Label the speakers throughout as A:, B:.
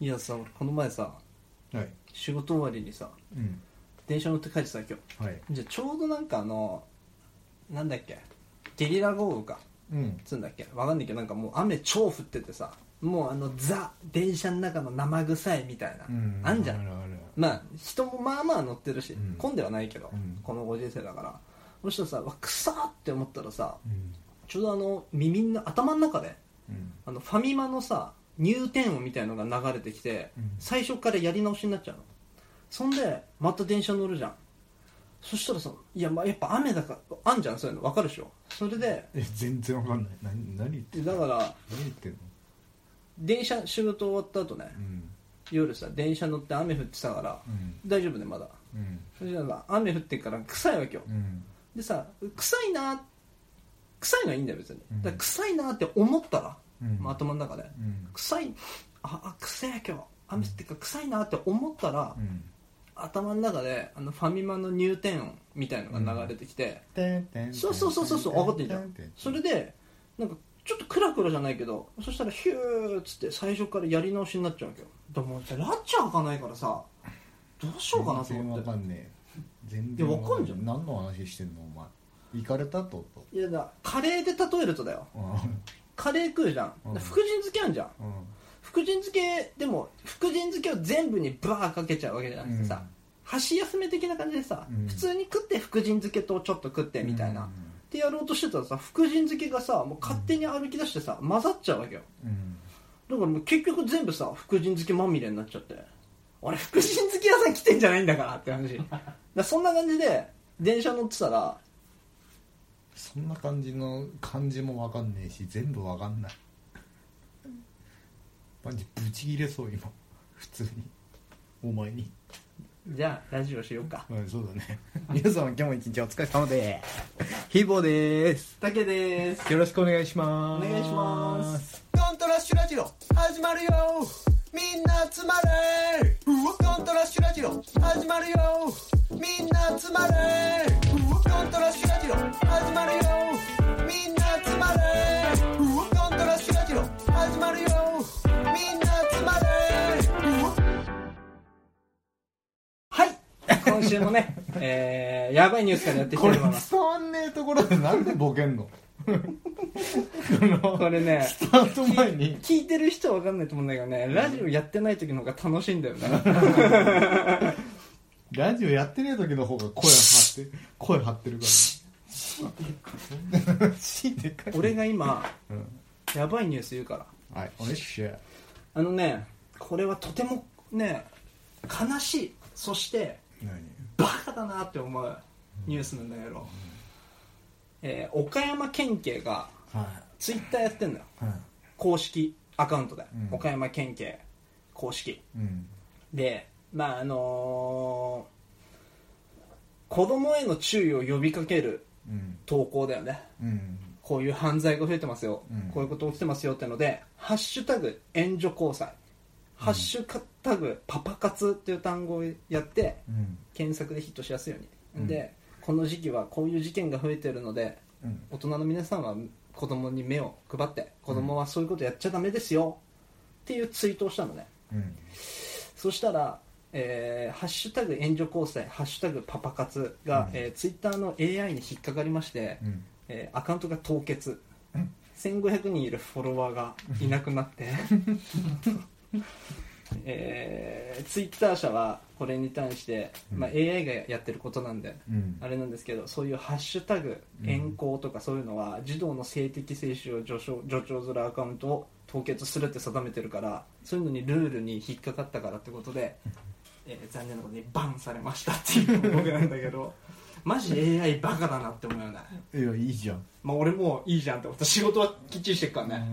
A: いやさ俺この前さ
B: はい
A: 仕事終わりにさ
B: うん
A: 電車乗って帰ってた今
B: はい
A: 日じゃあちょうどなんかあのなんだっけゲリラ豪雨か
B: うん
A: つんだっけわかんないけどなんかもう雨超降っててさもうあのザ電車の中の生臭いみたいな、
B: うん
A: あんじゃん
B: あるある
A: まあ人もまあまあ乗ってるし、
B: うん
A: 混んではないけど、
B: うん
A: このご時世だからそしたらさうわ臭っって思ったらさ
B: うん
A: ちょうどあの耳の頭の中で
B: うん
A: あのファミマのさ入店音みたいのが流れてきて、
B: うん
A: 最初からやり直しになっちゃうのそんでまた電車乗るじゃんそしたらさいやまあやっぱ雨だからあんじゃんそういうの分かるでしょそれで
B: え全然わかんない何何言ってんの
A: だから
B: 何言ってんの
A: 電車仕事終わった後ね、
B: うん
A: 夜さ電車乗って雨降ってたから
B: うん
A: 大丈夫ねまだ
B: うん
A: そしたらさ雨降ってっから臭いわけよ
B: うん
A: でさ臭いな臭いのはいいんだよ別に
B: うん
A: だから臭いなって思ったら、
B: うん
A: まあ、頭の中で
B: うん
A: 臭いああ臭いや今日雨降ってっから臭いなって思ったら、
B: うん
A: 頭の中であのファミマの入店音みたいのが流れてきて、
B: てんてん
A: そうそうそうそうそう分かってんじゃんそれでなんかちょっとクラクラじゃないけどそしたらヒューっつって最初からやり直しになっちゃうわけよでもじゃラッチャー開かないからさどうしようかなと
B: 全然
A: 思
B: わ
A: って
B: かんねえ全
A: いやわかんじゃん
B: 何の話してんのお前行かれたとと
A: いやだカレーで例えるとだよ
B: うん
A: カレー食うじゃん、
B: うん
A: 福神漬けあんじゃん
B: うん
A: 福神漬けでも福神漬けを全部にバーかけちゃうわけじゃなくてさ、
B: うん
A: 箸休め的な感じでさ、
B: うん
A: 普通に食って福神漬けとちょっと食ってみたいな、
B: う
A: っ
B: ん
A: てやろうとしてたらさ福神漬けがさもう勝手に歩き出してさ混ざっちゃうわけよ
B: うん
A: だからもう結局全部さ福神漬けまみれになっちゃって俺福神漬け屋さん来てんじゃないんだからって 話だからそんな感じで電車乗ってたら
B: そんな感じの感じもわかんねえし全部わかんないマジブチギレそう今普通にお前に
A: じゃあラジオしようか
B: うんそう だね皆様今日も一日お疲れ様ですヒーボーです
A: だけです
B: よろしくお願いします
A: お願いします
C: コントラッシュラジオ始まるよみんな集まれコントラッシュラジオ始まるよみんな集まれコントラッシュラジオ始まるよみんな集まれコントラッシュラジオ始まるよみんな集まれ
A: はい今週もね、 えー、やばいニュースからやっていき
B: こ
A: たい
B: れ
A: と思います
B: 伝わんねえところでなんでボケんのこの
A: これね
B: スタート前に
A: 聞いてる人は分かんないと思うんだけどねラジオやってない時の方が楽しいんだよね
B: ラジオやってねえ時の方が声張って声張って るから死でかい
A: 俺が今
B: うん
A: やばいニュース言うから
B: はいおねっしゃ
A: あのねこれはとてもね悲しいそして
B: 何
A: バカだなって思うニュースなんだけど、えー岡山県警が
B: は
A: ツイッターやってんだよ
B: いは
A: 公式アカウントで、
B: うん
A: 岡山県警公式
B: いうん
A: でまああのー子供への注意を呼びかける
B: うん
A: 投稿だよね
B: うん
A: こういう犯罪が増えてますよ、
B: うん
A: こういうこと起きてますよってので「ハッシュタグ援助交際」ハッシュタグパパ活」っていう単語をやって
B: うん
A: 検索でヒットしやすいように、
B: うん
A: でこの時期はこういう事件が増えてるので
B: うん
A: 大人の皆さんは子供に目を配って子供はそういうことやっちゃダメですよっていうツイートをしたのね
B: うん
A: そしたら、えーハッシュタグ援助交際」「ハッシュタグパパ活が」
B: うん
A: えツイッター Twitter の AI に引っかかりまして、
B: うん
A: えーアカウントが凍結、1500人いるフォロワーがいなくなって、 えー、ツイッター社はこれに対して、まあ、
B: う
A: AI がやってることなんで、
B: うん
A: あれなんですけどそういう「ハッシュタグ変更」とかそういうのは、児童の性的性種を助長助長するアカウントを凍結するって定めてるからそういうのにルールに引っかかったからってことで、えー残念なことにバンされましたっていう僕なんだけ どマジ AI バカだなって思うよね
B: いやいいじゃん
A: まあ俺もういいじゃんって思った仕事はきっちりしてるからね、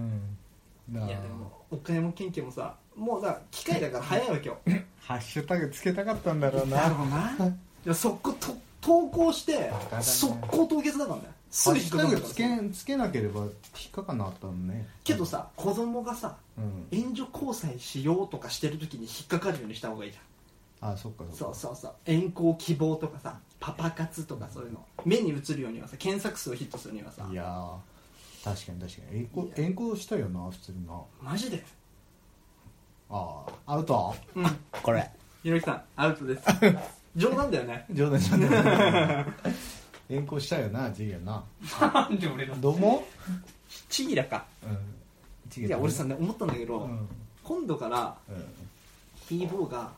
B: うんだ
A: いやでも岡山県警もさもうだから機械だから早いわけよ
B: ハッシュタグつけたかったんだ ろう
A: なる
B: な
A: ほどなで速攻と投稿して
B: カだね
A: 速攻凍結だからねす
B: ハ
A: ぐ引っ
B: ッシ
A: か
B: ュ
A: か
B: タ
A: るか
B: グ
A: ら
B: つけつけなければ引っかかんなかったのね
A: けどさ子供がさ
B: うん
A: 援助交際しようとかしてる時に引っかかるようにした方がいいじゃ
B: あそっか
A: ん
B: そ
A: そ
B: っ
A: う
B: か
A: そうそう遠行希望とかさパパ活とかそういうの目に映るようにはさ検索数をヒットするにはさ
B: いやー確かに確かに
A: いや
B: 遠行遠行したよな普通にな
A: マジで
B: ああアウト
A: うん
B: これ
A: ひろきさんアウトです 冗談だよね
B: 冗談じゃない 遠行したよな次元な
D: なんで俺の
B: どうも、
A: ちぎらか
B: うん、
A: いや俺さ
B: ん
A: ね思ったんだけ
B: う
A: ど、
B: ん、
A: 今度から
B: うん
A: ヒーボーが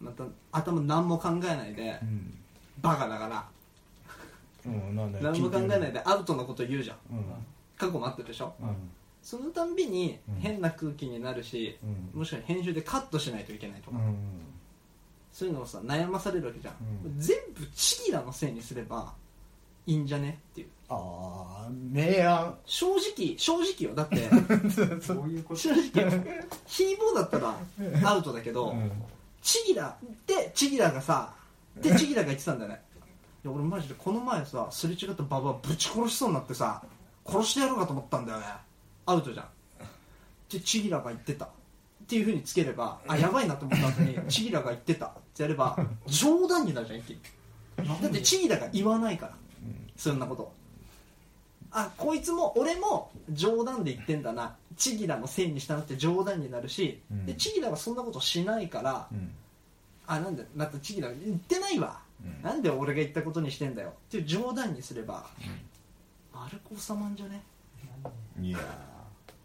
A: また頭何も考えないで、
B: うん
A: バカだから
B: うん、なんだよ
A: 何も考えない
B: 聞てる
A: でアウトなこと言うじゃん
B: うん
A: 過去もあったでしょ
B: うん
A: そのたんびに
B: うん
A: 変な空気になるし、
B: うん
A: もしくは編集でカットしないといけないと
B: う
A: か、
B: ん
A: そういうのをさ悩まされるわけじゃん、
B: うん
A: 全部チギラのせいにすればいいんじゃねっていう
B: ああ明暗
A: 正直正直よだって
D: そういうこと
A: 正直ヒーボーだったらアウトだけ ど、チギラでチギラがさでチギラが言ってたんだよねいや俺マジでこの前さすれ違ったババアぶち殺しそうになってさ殺してやろうかと思ったんだよねアウトじゃんでチギラが言ってたっていうふうにつければあやばいなと思った後にチギラが言ってたってやれば冗談になるじゃん一気にだってチギラが言わないからそんなことあこいつも俺も冗談で言ってんだなチギラのせいにしたなって冗談になるし、
B: うん
A: でチギラはそんなことしないから、
B: うん
A: あなんだまたチギラ言ってないわ、
B: うん
A: なんで俺が言ったことにしてんだよっていう冗談にすれば、丸く収まんじゃね
B: いや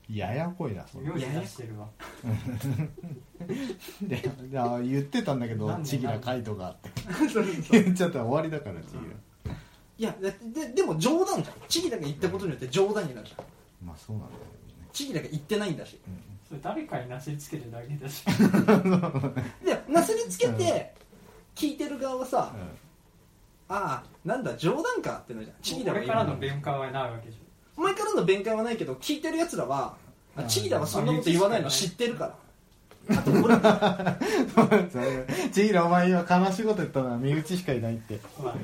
B: ーややこいなそれ
D: 名字出してるわ
B: でであ言ってたんだけど
D: なんで
B: ちぎらカイトがって
A: そう
B: 言っちゃったら終わりだからちぎら
A: いやだってででも冗談じゃんチギラが言ったことによって冗談になるじゃん
B: まあそうなんだ
A: チギラが言ってないんだし
D: それ誰かになすりつけてるだけだし
A: でなすりつけて聞いてる側はさ、
B: けどね
A: ああなんだ冗談かってなるじゃんチギラ
D: こ
A: が
D: れか
A: 今
D: らの弁解はないわけじ
A: お前からの弁解はないけど聞いてるやつらはあチギラはそんなこと言わないの知ってるからあと俺
B: うんちぎらお前今悲しいこと言ったのは身内しかいないって
D: ゃんま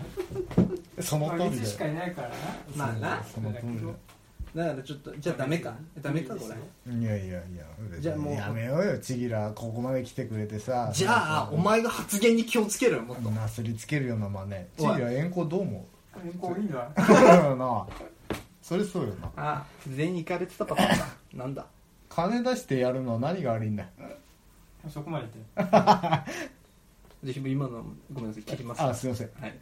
B: その
D: あ
B: 通
D: まあ
B: り
D: いつしか
B: だよ
D: いないからな
A: まあな
B: その通りだよ
A: だからちょっとじゃあダメかダメかこれ
B: いやいやいや
A: じゃあもう
B: やめようよちぎらここまで来てくれてさ
A: じゃあお前が発言に気をつけろよもっと
B: なすりつけるような真似ち
A: おい
B: ぎら遠行どう思
D: 健康いいな
B: う そうだよなそれそうよな
A: ああ全員行かれてたパターンだなん だ
B: 金出してやるのは何が悪いんだよ
D: そこまで言って
A: ぜひ今のごめんなさい聞きます
B: あすいません
A: はい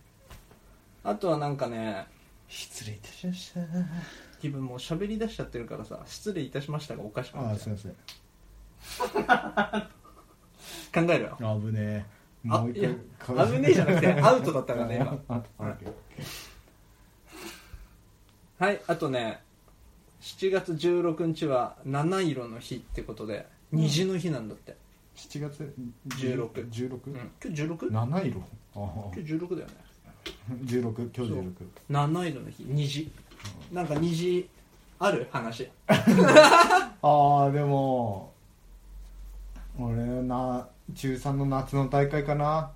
A: あとはなんかね
B: 失礼いたしました
A: 自分もう喋り出しちゃってるからさ失礼いたしましたがおかしくな
B: あ
A: っ
B: す
A: ち
B: い
A: ゃう
B: ません
A: 考えろよ
B: あぶねえ
A: あいや危 ねえじゃなく てアウトだったからね今
B: あオ
A: はい
B: ッケー
A: はいあとね7月16日は七色の日ってことで虹の日なんだって、
B: 7月
A: 16
B: 16
A: うん、今日 16?
B: 七色あ
A: 今日16だよね
B: 16今日16
A: 七色の日虹なんか虹ある話
B: ああでも俺な中3の夏の大会かな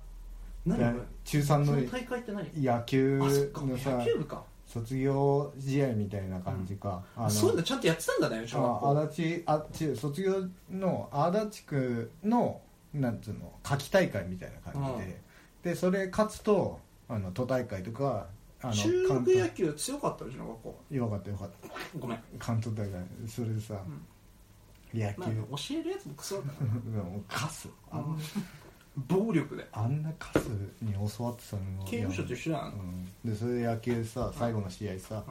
A: 何これ
B: 中3
A: そ
B: の
A: の大会って何
B: 野球
A: あそっか
B: のさ
A: 野球部か
B: 卒業試合みたいな感じか、あの
A: そういうのちゃんとやってたんだねうちの学校
B: あ足立あ違う卒業の足立区のなんつうの夏季大会みたいな感じで、でそれ勝つとあの都大会とかあの
A: 中学野
B: 関
A: 球強かったうちの学校
B: 東よかったよかった
A: ごめん、
B: 関東大会それでさ、野球、
A: まあ、教えるやつもクソだったから
B: でもカスあん
A: 暴力で
B: あんなカスに教わってたのよ
A: 刑務所と一緒だよ
B: うん、でそれで野球さ最後の試合さ、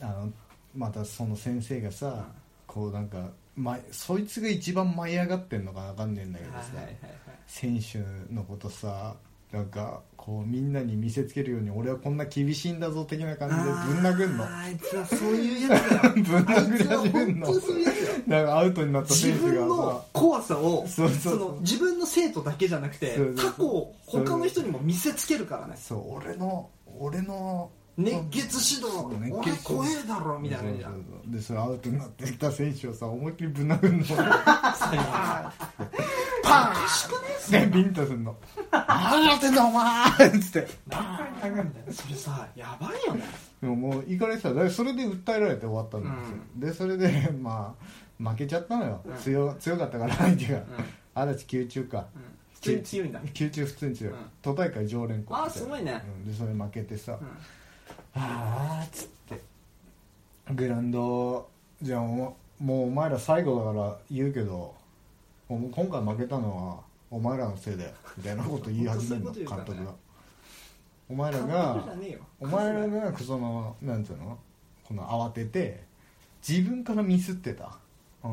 B: あのまたその先生がさ、こうなんか、ま、そいつが一番舞い上がってんのかわかんねえんだけどさ、
A: はいはいはい
B: 選手のことさなんかこうみんなに見せつけるように俺はこんな厳しいんだぞ的な感じでぶん殴んの
A: あーあいつはそういうやつだよ
B: ぶん
A: あい
B: 殴
A: つ
B: り
A: は
B: 始め
A: 本
B: んの
A: 当にそういうやつだよ
B: なんかアウトになった
A: 自
B: 選手
A: 分
B: がさ
A: の怖さを
B: そうそうそう
A: の自分の生徒だけじゃなくて
B: そうそうそう
A: 過去を他の人にも見せつけるからね
B: そう俺の俺の
A: 熱血指
B: そう
A: 導
B: 熱血指導
A: お前怖えだろみたいな感じじゃ
B: そうんそうそうでそれアウトになってた選手をさ思いっきりぶん殴るの パーンでビンタすんの「何やってんだお前!」っつって
D: 何回も殴るんだよ
A: それさやばいよね
B: でももう行かれてたでそれで訴えられて終わったんですよ、でそれで まあ負けちゃったのよ、
A: うん
B: 強強かったから相手が、足立九中か
A: うん普通に強いんだ
B: 九中普通に強い、
A: うん
B: 都大会常連校みたな
A: あーすごいね
B: うん、でそれ負けてさ、
A: うん
B: ああっつってグラウンドじゃあもうもうお前ら最後だから言うけどおもう今回負けたのはお前らのせいだよみたいなこと言い始めるの
A: そうい
B: 監
A: うこと言うか
B: 督
A: らね
B: が
A: 監
B: お前ら
A: 督
B: が
A: じゃねえよ
B: お前らがそのなんていうのこの慌てて自分からミスってたうん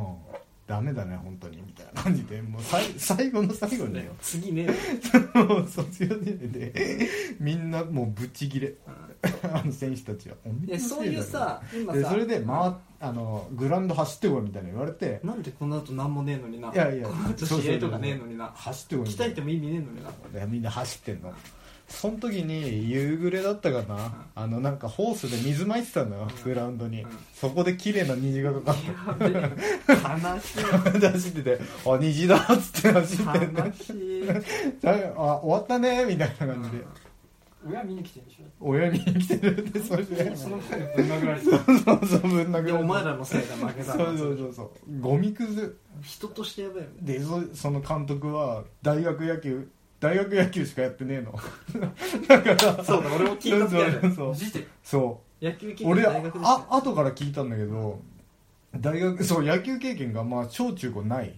B: ダメだね本当にみたいな感じでもう最最後の最後によ
A: 次ねえよ
B: もう卒業時点でみんなもうぶっちぎれあの選手たちはお前の
A: いやそういう
B: せだよ
A: さ今
B: で
A: さ
B: それで回っあのグラウンド走ってこいみたいな言われて
A: なんでこの後何もねえのにない
B: やいや
A: この後試合とかねえのにな
B: 走ってこいみた
A: 鍛
B: い
A: え
B: な
A: ても意味ねえのにな
B: でみんな走ってんのその時に夕暮れだったかな、あのなんかホースで水まいてたのよ、グラウンドに、
A: うん
B: そこで綺麗な虹がかかっ
A: やべえ悲しい
B: て走ってて「あ虹だ」っつって走ってんの
A: 悲しい
B: じゃああ終わったねみたいな感じで、
D: 親見に来てるでし
B: 親に来てるってそれで
D: ょ
B: そ
D: そうの二人ぶん殴られてた
B: そうぶん殴ら
A: い
B: れ
A: や
B: た
A: お前らのせいだ負けた
B: そ
A: の
B: うそうそうそうゴミくず
A: 人としてやばいよね
B: でそその監督は大学野球大学野球しかやってねえのだから
A: そうだ俺も聞いたってやる
B: そうそうそう
A: マジで
B: そう
A: 野球経験
B: 俺
A: 大学でした
B: あ後から聞いたんだけど大学そう野球経験がまあ小中高ない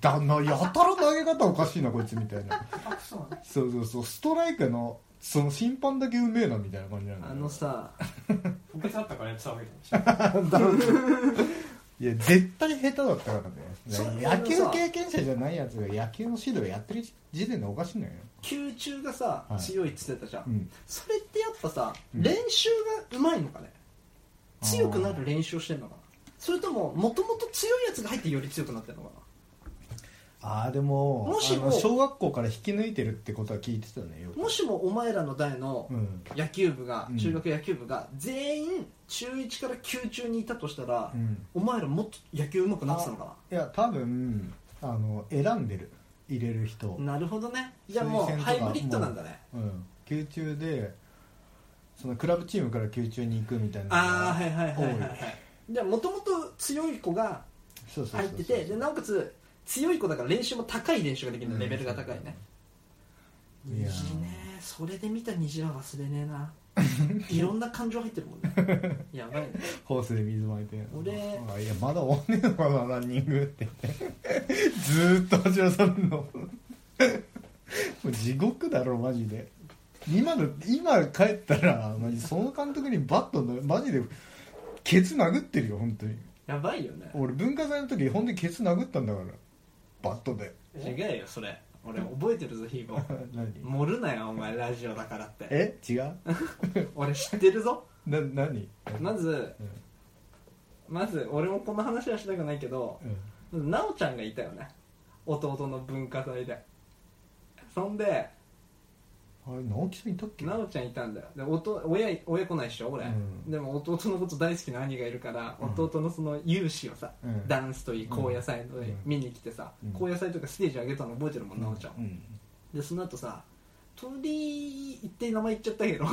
B: だなやたら投げ方おかしいなこいつみたいな
D: あそうなの
B: そうそうそうストライクのその審判だけうめえなみたいな感じなんだよ
A: あのさ
D: 補欠あったからやってたわけじゃない
B: だろうねいや絶対下手だったからね
A: そう
B: 野球経験者じゃないやつが野球の指導やってる時点でおかしいのよ、
A: 球中がさ
B: はい
A: 強いっつってたじゃん、
B: うん、
A: それってやっぱさ、
B: うん
A: 練習がうまいのかね
B: あー
A: 強くなる練習をしてんのかなそれとももともと強いやつが入ってより強くなってるのか
B: ああでも
A: もしも
B: あの小学校から引き抜いてるってことは聞いてたねよく
A: なもしもお前らの代の
B: うん
A: 野球部が、
B: うん
A: 中学野球部が全員中1から球中にいたとしたら、
B: うん
A: お前らもっと野球上手くなってたのか
B: いや多分あの選んでる入れる人
A: ななるほどねじゃあもう
B: 推薦と
A: ハ
B: か
A: イブリッドなんだね
B: うん宮中でそのクラブチームから宮中に行くみたいなのが
A: ああはいはいはいはい、は
B: 多
A: い、
B: い
A: じゃあもともと強い子が
B: そうそうそう
A: 入っててでなおかつ強い子だから練習も高い練習ができる
B: うん
A: レベルが高いね、
B: いやー
A: 虹ねそれで見た虹は忘れねえ ないろんな感情入ってるもんねやばいね
B: ホースで水まいて
A: 俺
B: あいやまだ終わんねえのかなランニングって 言ってずーっと走らされるの もう地獄だろマジで今の今帰ったらマジその監督にバットのマジでケツ殴ってるよ本当に
A: やばいよね
B: 俺文化祭の時本当にケツ殴ったんだからバット で
A: 違うよそれ俺覚えてるぞヒーボー
B: 何
A: 盛るなよお前ラジオだからって
B: え違う
A: 俺知ってるぞ
B: な何
A: まず
B: うん
A: まず俺もこの話はしたくないけど
B: うん
A: なおちゃんがいたよね弟の文化祭でそんで
B: あれ直樹さんいたっけ
A: なおちゃんいたんだよでおと親い親来ないっしょ俺、
B: うん
A: でも弟のこと大好きな兄がいるから、
B: うん
A: 弟のその勇姿をさ、
B: うん
A: ダンスといい
B: うん
A: 高野菜といい、
B: うん
A: 見に来てさ、
B: うん
A: 高野菜とかステージ上げたの覚えてるもん、なおちゃん、
B: うん
A: でその後さ鳥一定名前言っちゃったけど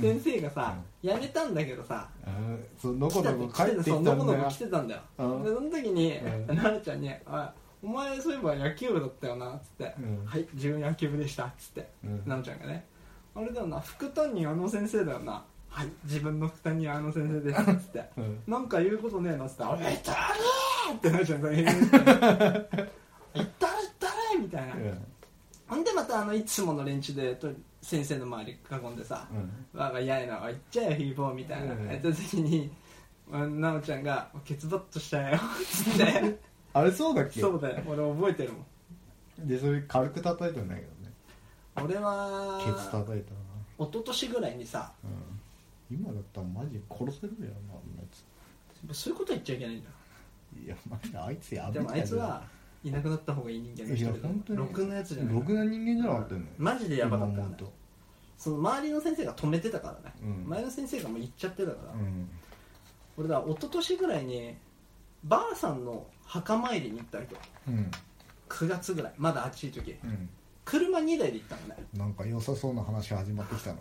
A: 先生がさ、やめたんだけどさ
B: あーそうのこ
A: 来た
B: の
A: って
B: こ
A: 来
B: 帰っててき
A: たそ
B: た
A: うんの
B: だよ
A: このこ来てたんだよで
B: うん
A: その時に
B: うん
A: なおちゃんに「あお前そういえば野球部だったよな」っつって
B: うん
A: はい自分野球部でした」っつって
B: うん
A: なおちゃんがね「あれだよな副担任あの先生だよなはい自分の副担任あの先生です」っつって
B: うん
A: 「なんか言うことねえな」っつって「あれ誰?」ってなおちゃんが言う誰誰みたいな
B: うん
A: ほんでまたあのいつもの連中でと先生の周り囲んでさ
B: う
A: 「
B: ん
A: わがやいなわ行っちゃえよヒーボー」みたいな
B: うん
A: やった時にあなおちゃんが「ケツバッとしたよ」つ って
B: あれそうだっけ
A: そうだよ俺覚えてるもん
B: でそれ軽く叩いたんだけどね
A: 俺
B: ケツ
A: は
B: 叩いたな
A: 一昨年ぐらいにさ
B: うん今だったらマジ殺せるよなあんなやつ
A: そういうこと言っちゃいけないんだ
B: いやマジであいつやべえ
A: でもあいつはいなくなった方がいい人間の
B: い
A: 一
B: や
A: 人
B: 本当に
A: だろくなやつじゃない
B: ろくな人間じゃなかったよね
A: マジでやばかった
B: 今
A: よね
B: 思うと
A: その周りの先生が止めてたからね、
B: うん
A: 前の先生がもう言っちゃってたから、
B: うん
A: 俺だ一昨年ぐらいにばあさんの墓参りに行ったわけよ
B: うん
A: 9月ぐらいまだ暑い時
B: うん
A: 車2台で行ったのね
B: なんか良さそうな話始まってきたな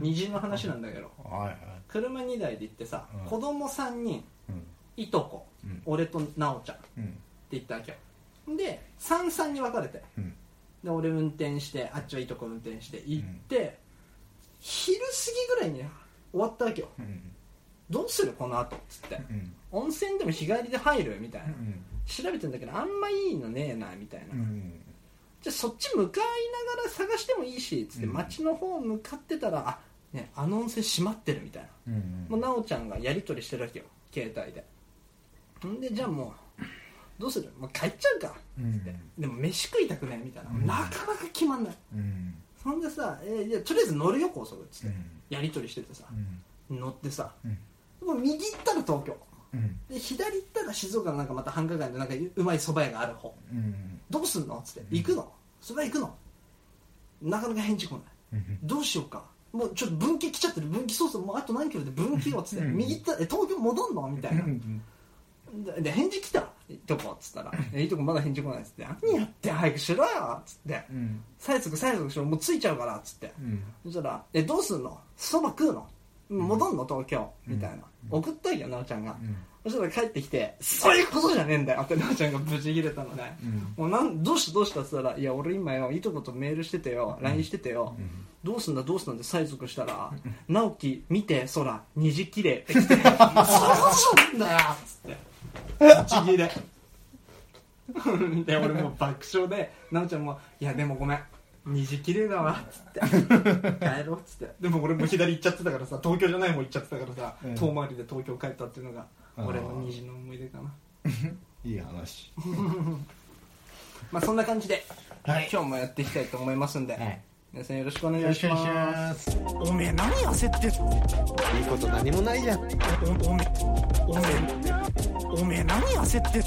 A: 虹の話なんだけど
B: はいはい
A: 車2台で行ってさ、
B: うん
A: 子供3人
B: うん
A: いとこ
B: うん
A: 俺と奈緒ちゃんって
B: うん
A: 言ったわけよで三々に分かれて
B: うん
A: で俺運転してあっちはいとこ運転して行って、昼過ぎぐらいに終わったわけよ
B: うん
A: どうするこの後っつって
B: うん
A: 温泉でも日帰りで入るみたいな、
B: うん
A: 調べてんだけどあんまいいのねえなみたいな、
B: うん
A: じゃあそっち向かいながら探してもいいしっつって
B: うん
A: 街の方向かってたら、あねあの温泉閉まってるみたいな、
B: うん
A: もう奈緒ちゃんがやり取りしてるわけよ携帯でんでじゃあもうどうするもう帰っちゃうか
B: うん
A: つって、でも飯食いたくないみたいな、
B: うん
A: なかなか決まんない
B: うん
A: そんでさ、えーいやとりあえず乗るよ高速っつって、
B: うん
A: やり取りしててさ
B: うん
A: 乗ってさ
B: うん
A: もう右行ったら東京
B: うん
A: で左行ったら静岡のなんかまた繁華街のなんかうまい蕎麦屋がある方
B: うん
A: どうすんのっつって行くの蕎麦屋行くのなかなか返事来ない
B: うん
A: どうしようかもうちょっと分岐来ちゃってる分岐そうそうもうあと何キロで分岐よっつって
B: うん
A: 右行ったらえ東京戻んのみたいなでで返事来たいとこっつったら「えいとこまだ返事来ない」っつって「何やってん早くしろよ」っつって
B: うん
A: 「催促催促しろもう着いちゃうから」っつって
B: うん
A: そしたら「えどうすんのそば食うの戻んの東京」
B: うん
A: みたいな送ったんよ奈緒ちゃんが
B: うん
A: そしたら帰ってきて「そういうことじゃねえんだよ」って奈緒ちゃんがブチ切れたのね
B: うん
A: もうなんどうしたどうしたっつったら「いや俺今よいとことメールしててよ LINE しててよ
B: うん
A: どうすんだどうすんだって催促したら「直樹見て空虹きれい」って来て「そういうことなんだよ」っつってブチギレで俺もう爆笑で奈緒ちゃんも「いやでもごめん虹きれいだわ」っつって「帰ろう」っつってでも俺も左行っちゃってたからさ東京じゃない方行っちゃってたからさ、
B: うん
A: 遠回りで東京帰ったっていうのが
B: あー
A: 俺の虹の思い出かな
B: うんいい話
A: まあそんな感じで、
B: はい
A: 今日もやっていきたいと思いますんで、
B: はい
A: 皆さんよろしくお願いします
B: す
C: おめえ何焦ってる
E: いいこと何もないじゃんいい
C: おめおめおめえ何焦ってる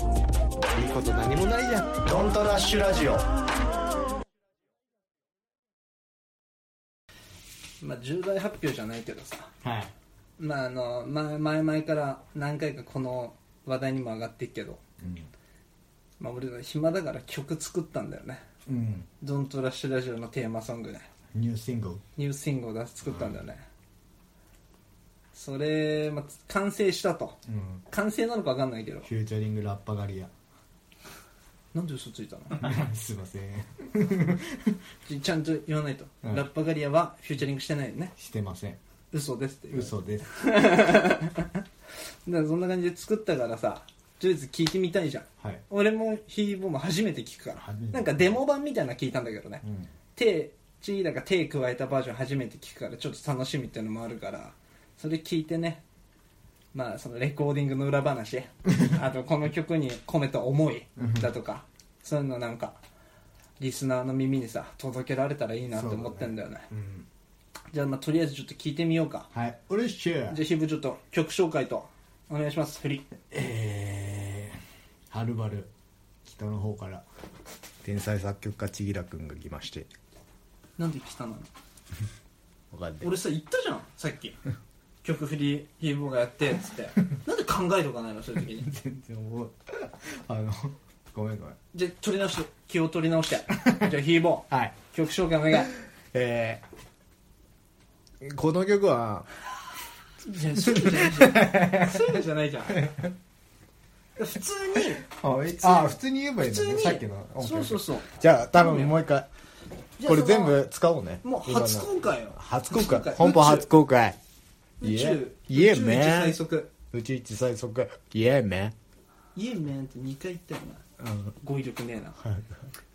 E: こと何もないじゃん
B: ドントラッシュラジオ
A: まあ、重大発表じゃないけどさ、
B: はい
A: まあ、あの前前々から何回かこの話題にも上がっていくけど、まあ、俺ら暇だから曲作ったんだよね
B: うん
A: 「ドントラッシュラジオ」のテーマソングね
B: ニューシングル
A: ニュースシングルを出す作ったんだよね、それ、まあ、完成したと
B: うん
A: 完成なのか分かんないけど
B: フューチャリングラッパガリア
A: なんで嘘ついたの
B: すいません
A: ちちゃんと言わないと、
B: うん
A: ラッパガリアはフューチャリングしてないよね
B: してません
A: 嘘ですって言う
B: 嘘です
A: だからそんな感じで作ったからさとりあえず聞いてみたいじゃん
B: はい
A: 俺もヒーボーも初めて聞くから
B: 初めて
A: なんかデモ版みたいなの聞いたんだけどね、
B: うん
A: 手チーだが手加えたバージョン初めて聞くからちょっと楽しみっていうのもあるからそれ聞いてねまあそのレコーディングの裏話 あとこの曲に込めた思いだとかそういうのなんかリスナーの耳にさ届けられたらいいなって思ってんだよね
B: うん
A: じゃあまあとりあえずちょっと聞いてみようか
B: はい俺シュア
A: じゃあヒーボーちょっと曲紹介とお願いしますフリ
B: えー、はるばる北の方から天才作曲家千らくんが来まして
A: なんで来たの
B: 分かって
A: 俺さ言ったじゃんさっき曲振りヒーボーがやってっつってなんで考えとかないのそういう時に
B: 全然思うあのごめんごめん
A: じゃあ取り直して気を取り直してじゃあヒーボ
B: はい
A: ー曲紹介お願いいや
B: えー、この曲は
A: そういうのじゃないじゃんそういうのじゃないじゃん普通に
B: あいあ普通に言えばいい
A: 普通
B: の
A: に
B: ねさっきの音
A: そう
B: 楽
A: そうそう
B: じゃあ頼むもう一回
A: じゃあ
B: こ
A: そ
B: れ
A: の
B: 全部使おうね
A: もう初公開よ
B: 初公開本邦初公開
A: 宇宙宇宙
B: Yeah
A: 宇宙
B: man
A: 一最速
B: うち一最速イエーメン
A: イエメンって2回言ったよな
B: うん
A: 語彙力ねえな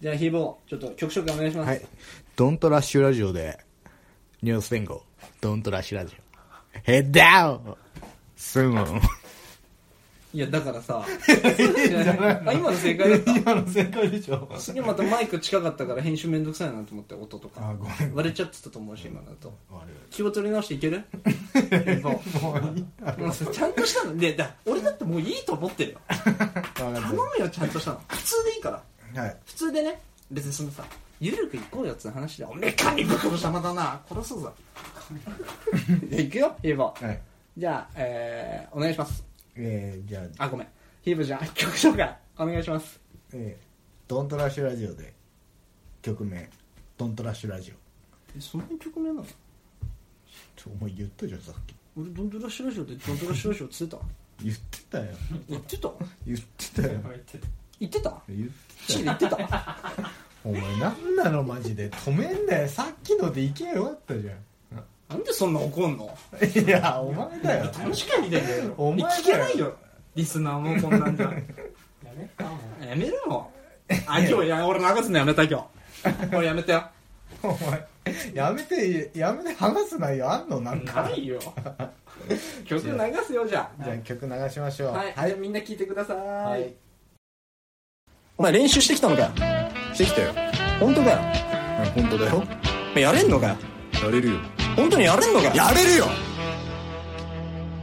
A: じゃあヒーボーちょっと曲紹介お願いします、
B: はい。ドントラッシュラジオで、ニュース言語、ドントラッシュラジオ。ヘッダウンスーン。
A: いやだからさ あ今の正解だった
B: 今の正解でしょ。
A: すげえまたマイク近かったから編集めんどくさいなと思って音とか
B: あごめん
A: 割れちゃってたと思うし今だと気を取り直してい けるもうもうそれちゃんとしたのでだ俺だってもういいと思ってるよ頼むよちゃんとしたの普通でいいから
B: はい。
A: 普通でね別にそのさゆるくいこうよっつう話でおめえ神袋邪魔だな殺そう ぞじゃあいくよヒーボー
B: はい。
A: じゃあ、えー、お願いします
B: えー、じゃあ、
A: あごめんヒーボーじゃあ曲紹介お願いします
B: えー、ドントラッシュラジオで、曲名、ドントラッシュラジオ。
A: その曲名なの
B: ちょ、お前言ったじゃん、さっき。
A: 俺ドンドラッシュラジオでドンドラッシュラジオついた
B: 言ってたよ。
A: 言ってた
B: 言ってたよ。
D: 言って
A: 言ってた
B: 言っ
A: チー言ってた
B: お前なんなのマジで止めんだよさっきのでいけばよかったじゃ
A: なんでそんな怒んの
B: んいやお前だよ
A: 楽しかにだよ
B: お前だよ
A: 聞けないよリスナーもこんなんじゃ
D: やめたも
A: やめろよあ今日いや俺流すのやめた今日 俺やめたよ
B: お前やめてやめて話す内容あんのなんか
A: ないよ曲流すよじゃ
B: じゃあ曲流しましょう
A: あはい、じゃあみんな聞いてください、
B: はい
A: お前練習してきたのかよ
F: してきたよ
A: 本当かよ
F: 本当だよ
A: お前やれんのかよ
F: やれるよ
A: 本当にやれんのかよ
F: やれるよ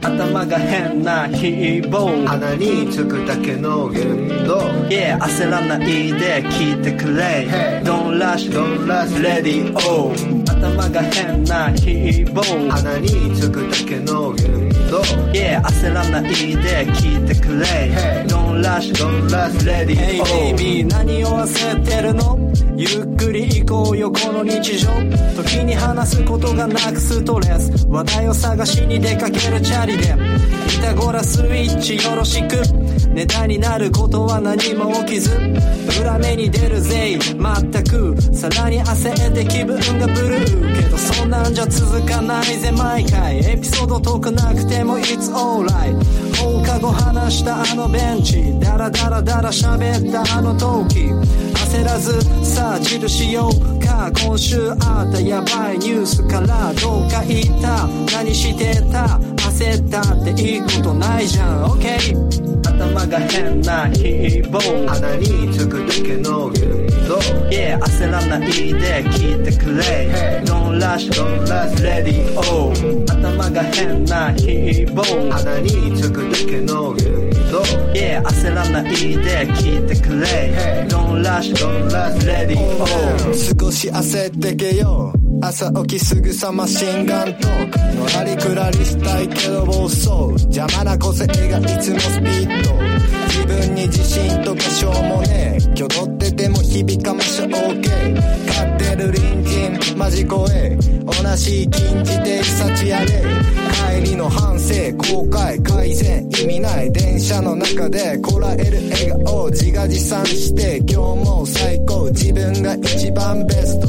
C: 頭が変な希望
E: 穴につくだけの言動
C: Yeah 焦らないで聞いてくれ
E: Hey
C: Don't rush
E: Don't rush
C: ready oh 頭が変な希望
E: 穴につくだけの言動
C: Yeah 焦らないで聞いてくれ
E: Hey
C: Don't rush
E: Don't rush ready
C: Hey
E: oh
C: baby 何を焦ってるのゆっくり行こうよこの日常時に話すことがなくストレス話題を探しに出かけるチャリでピタゴラスイッチよろしくネタになることは何も起きず裏目に出るぜまったくさらに焦って気分がブルーけどそんなんじゃ続かないぜ毎回エピソード遠くなくても It's alright 放課後話したあのベンチダラダラダラ喋ったあの時焦らずさあチルしようか今週あったやばいニュースからどうか言った何してた焦ったっていいことないじゃん OK 頭が変な希望
E: 穴につくだけの言動
C: Yeah 焦らないで聞いてくれ Don't rush
E: Don't rush
C: ready oh 頭が変な希望
E: 穴につくだけの言動
C: Yeah 焦らないで聞いてくれ Don't rush
E: Don't rush
C: ready oh
G: 少し焦ってけよ朝起きすぐさま心眼トークのらりくらりしたいけど暴走邪魔な個性がいつもスピード自分に自信とかしょうもねえ挙動ってても響かましゃ OK 飼ってる隣人マジ怖え同じ禁じて幸やれ帰りの反省後悔改善意味ない電車の中でこらえる笑顔自画自賛して今日も最高自分が一番ベスト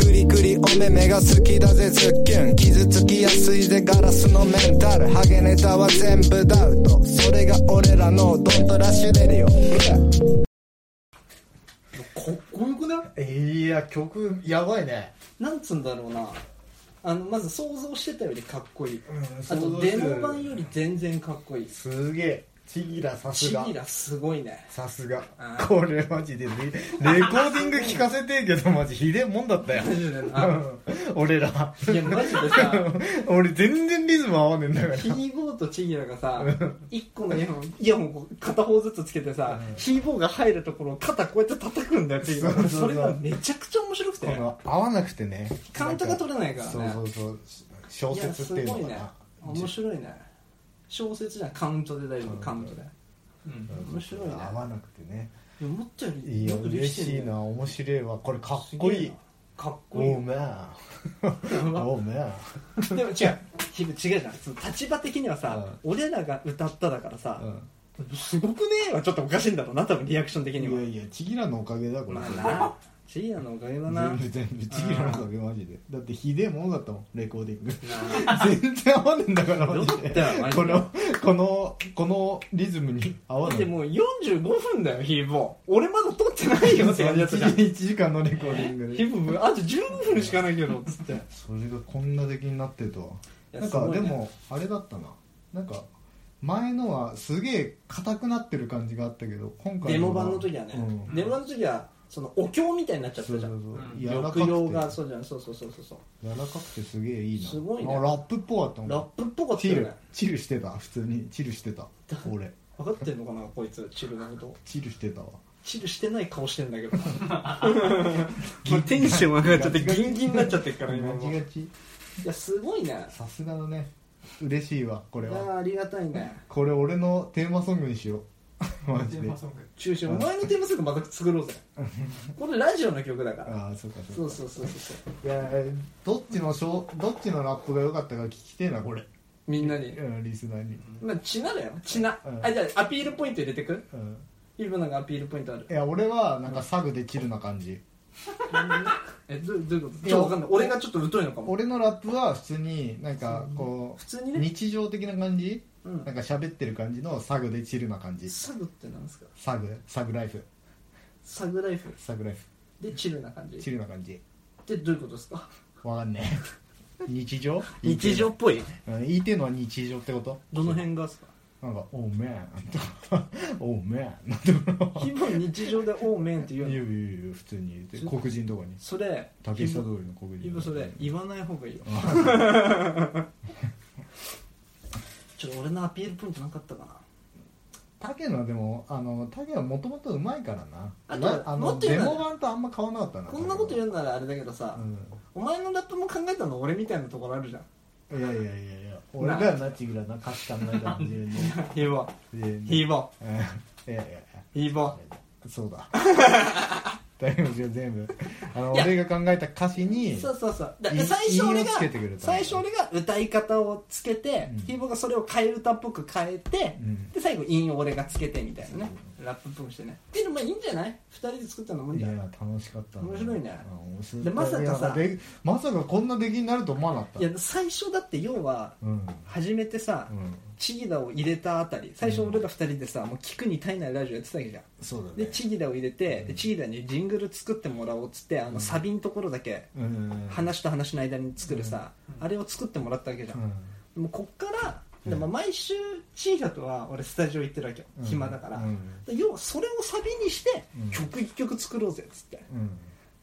G: クリクリお目目が好きだぜズッキュン傷つきやすいぜガラスのメンタルハゲネタは全部ダウトそれが俺らのドントラッシュレディオ
A: かっこよくない
B: いや曲やばいね
A: なんつうんだろうなあのまず想像してたよりかっこいい、あ
B: 想像
A: と
B: す
A: デ
B: る
A: モ版より全然かっこいい
B: すげえちぎらさす
A: シ
B: が
A: ギラすごいね
B: さすが
A: あ
B: これマジでレレコーディング聞かせてえけどマジひでえもんだったよ
A: マジで
B: う
A: なん
B: 俺ら
A: いやマジでさ
B: 俺全然リズム合わねえんだから
A: ヒーボーとチギラがさ一個のイヤホンイヤホンこう片方ずつつけてさ、ヒーボーが入るところを肩こうやって叩くんだよチギラ
B: そうそうそう
A: それがめちゃくちゃ面白くて
B: この合わなくてね
A: カウントが取れないからね
B: そうそうそう小
A: いや
B: 説っ
A: す
B: ていう
A: ご
B: の
A: い
B: か
A: ね
B: な
A: 面白いね小説じゃんカウントで大丈夫カウントで面白いね
B: 合わなくてね
A: いや思ったよ
B: い
A: り
B: い
A: よ
B: よ
A: くで
B: 嬉
A: きて
B: しい
A: るね
B: な面白いわこれかっ
A: す
B: こ
A: げ
B: い
A: え
B: い
A: なかっこいい
B: お
A: よ
B: うめえおうめ え
A: でも違うひ違うじゃんその立場的にはさ、俺らが歌っただからさ、すごくねえはちょっとおかしいんだろうな多分リアクション的に
B: い
A: は
B: やいやちぎらのおかげだこれ
A: まあなチーナのおかげだなな
B: 全部全部ちぎらのおかげマジでだってひでえものだったもんレコーデ ィング
A: あ
B: 全然合わねえんだからマジ
A: どうだったよマ
B: で
A: ジで
B: このこのこのリズムに合
A: だ
B: わな
A: っ
B: い
A: てもう45分だよヒーボー俺まだ撮ってないよって感じだったじゃんヒ
B: 1時間のレコーディングで
A: ーボーあと15分しかないけどっつってい
B: それがこんな出来になってるとは
A: や
B: なん
A: す
B: か
A: ごい
B: で
A: ね
B: もあれだったななんか前のはすげえ硬くなってる感じがあったけど今回
A: デモ版の時はね、
B: うん
A: デモ版の時はそのお経みたいになっちゃった
B: そう
A: じ
B: そ
A: ゃ
B: うんそう柔らかくて
A: 抑揚がそうじゃんそうそうそうそうそう
B: 柔らかくてすげえいいな
A: すごいね
B: あラップっぽかったもん
A: ラップっぽかった
B: チ
A: よ
B: ル
A: ね
B: チルしてた普通にチルしてた俺
A: 分かってんのかなこいつチルのこと
B: チルしてたわ
A: チルしてない顔してんだ けどもうテンション上がっちゃってギンギンになっちゃってるから今
B: ガ
A: も
B: チ
A: い
B: ガチ
A: やすごいね
B: さすがだね嬉しいわこ
A: い
B: れ
A: や
B: は
A: ーありがたいね
B: これ俺のテーマソングにしよう マ
D: テ
B: ジ
D: ー
B: で
D: マソング
A: 中心お前のテーマソングまた作ろうぜこれラジオの曲だから
B: ああそうかそ
A: そうう
B: か
A: そうそうそうそう
B: いやどっちのショーどっちのラップが良かったか聞きてえなこれ
A: みんなに
B: うんリスナーに
A: まあチナだよチナ
B: うん
A: あじゃあアピールポイント入れてく
B: うん
A: 今なんかアピールポイントある
B: いや俺はなんかサグでチルな感じ
A: えどどういうことちょっとわかんない俺がちょっと疎いのかも
B: 俺のラップは普通になんかこう
A: 普通にね
B: 日常的な感じ
A: うん
B: なんか喋ってる感じのサグでチルな感じ
A: サグってなんですか
B: サグサグライフ
A: サグライフ
B: サグライフ
A: でチルな感じ
B: チルな感じ
A: でどういうことですか
B: わかんね え日常
A: 日常っぽい
B: うん言いてえのは日常ってこと
A: どの辺がですか
B: なんか「おうめん」とか「 おうめん」なんてこ と
A: 日本日常で「おーめん」って言う
B: 言
A: の
B: う言う言う普通に言って
A: そ
B: 黒人とかに
A: それ
B: 竹下通りの黒人
A: 今それ
B: い
A: 言わない方がいいよ ちょっと俺のアピールポイントなかったかな
B: 竹野はでもあの竹野はもともとうまいからな
A: あと
B: なあ
A: もっ
B: の
A: と言
B: デ
A: うなら
B: モ版とあんま変わんなかったな
A: こんなこと言
B: う
A: うならあれだけどさ、
B: う
A: お前のラップも考えたの俺みたいなところあるじゃん
B: んいやいやいやいや俺がナチグラな歌詞考えたの自分で
A: ヒーボー
B: 自分で
A: ヒーボー
B: うんいやいやいや
A: ヒーボー
B: そうだ 大丈夫全部あの
A: いや
B: 俺が考えた歌詞に
A: そうそうそうだ
B: い
A: 最初俺が
B: 韻をつけてくれたの
A: 最初俺が歌い方をつけて、
B: うん
A: ヒーボーがそれを替え歌っぽく変えて、
B: うん
A: で最後韻を俺がつけてみたいなねラップっぽくしてねでもまあいいんじゃない2人で作ったのもいいん
B: い
A: じゃ
B: や
A: ないい
B: や楽しかった
A: 面白いね
B: うん面白い
A: でまさかさ
B: いやまさかこんな出来になると思わなかった
A: いや最初だって要は
B: うん
A: 初めてさ、
B: うん
A: チギダを入れたあたり最初俺ら2人でさ、もう聞くに耐えないラジオやってたわけじゃん
B: そうだね
A: でチギダを入れて、でチギダにジングル作ってもらおうっつってあのサビのところだけ
B: うん
A: 話と話の間に作るさ、あれを作ってもらったわけじゃん、でもこっから、でも毎週チギダとは俺スタジオ行ってるわけよ、
B: うん
A: 暇だから、
B: うん
A: で要はそれをサビにして、
B: うん
A: 曲1曲作ろうぜっつって
B: うん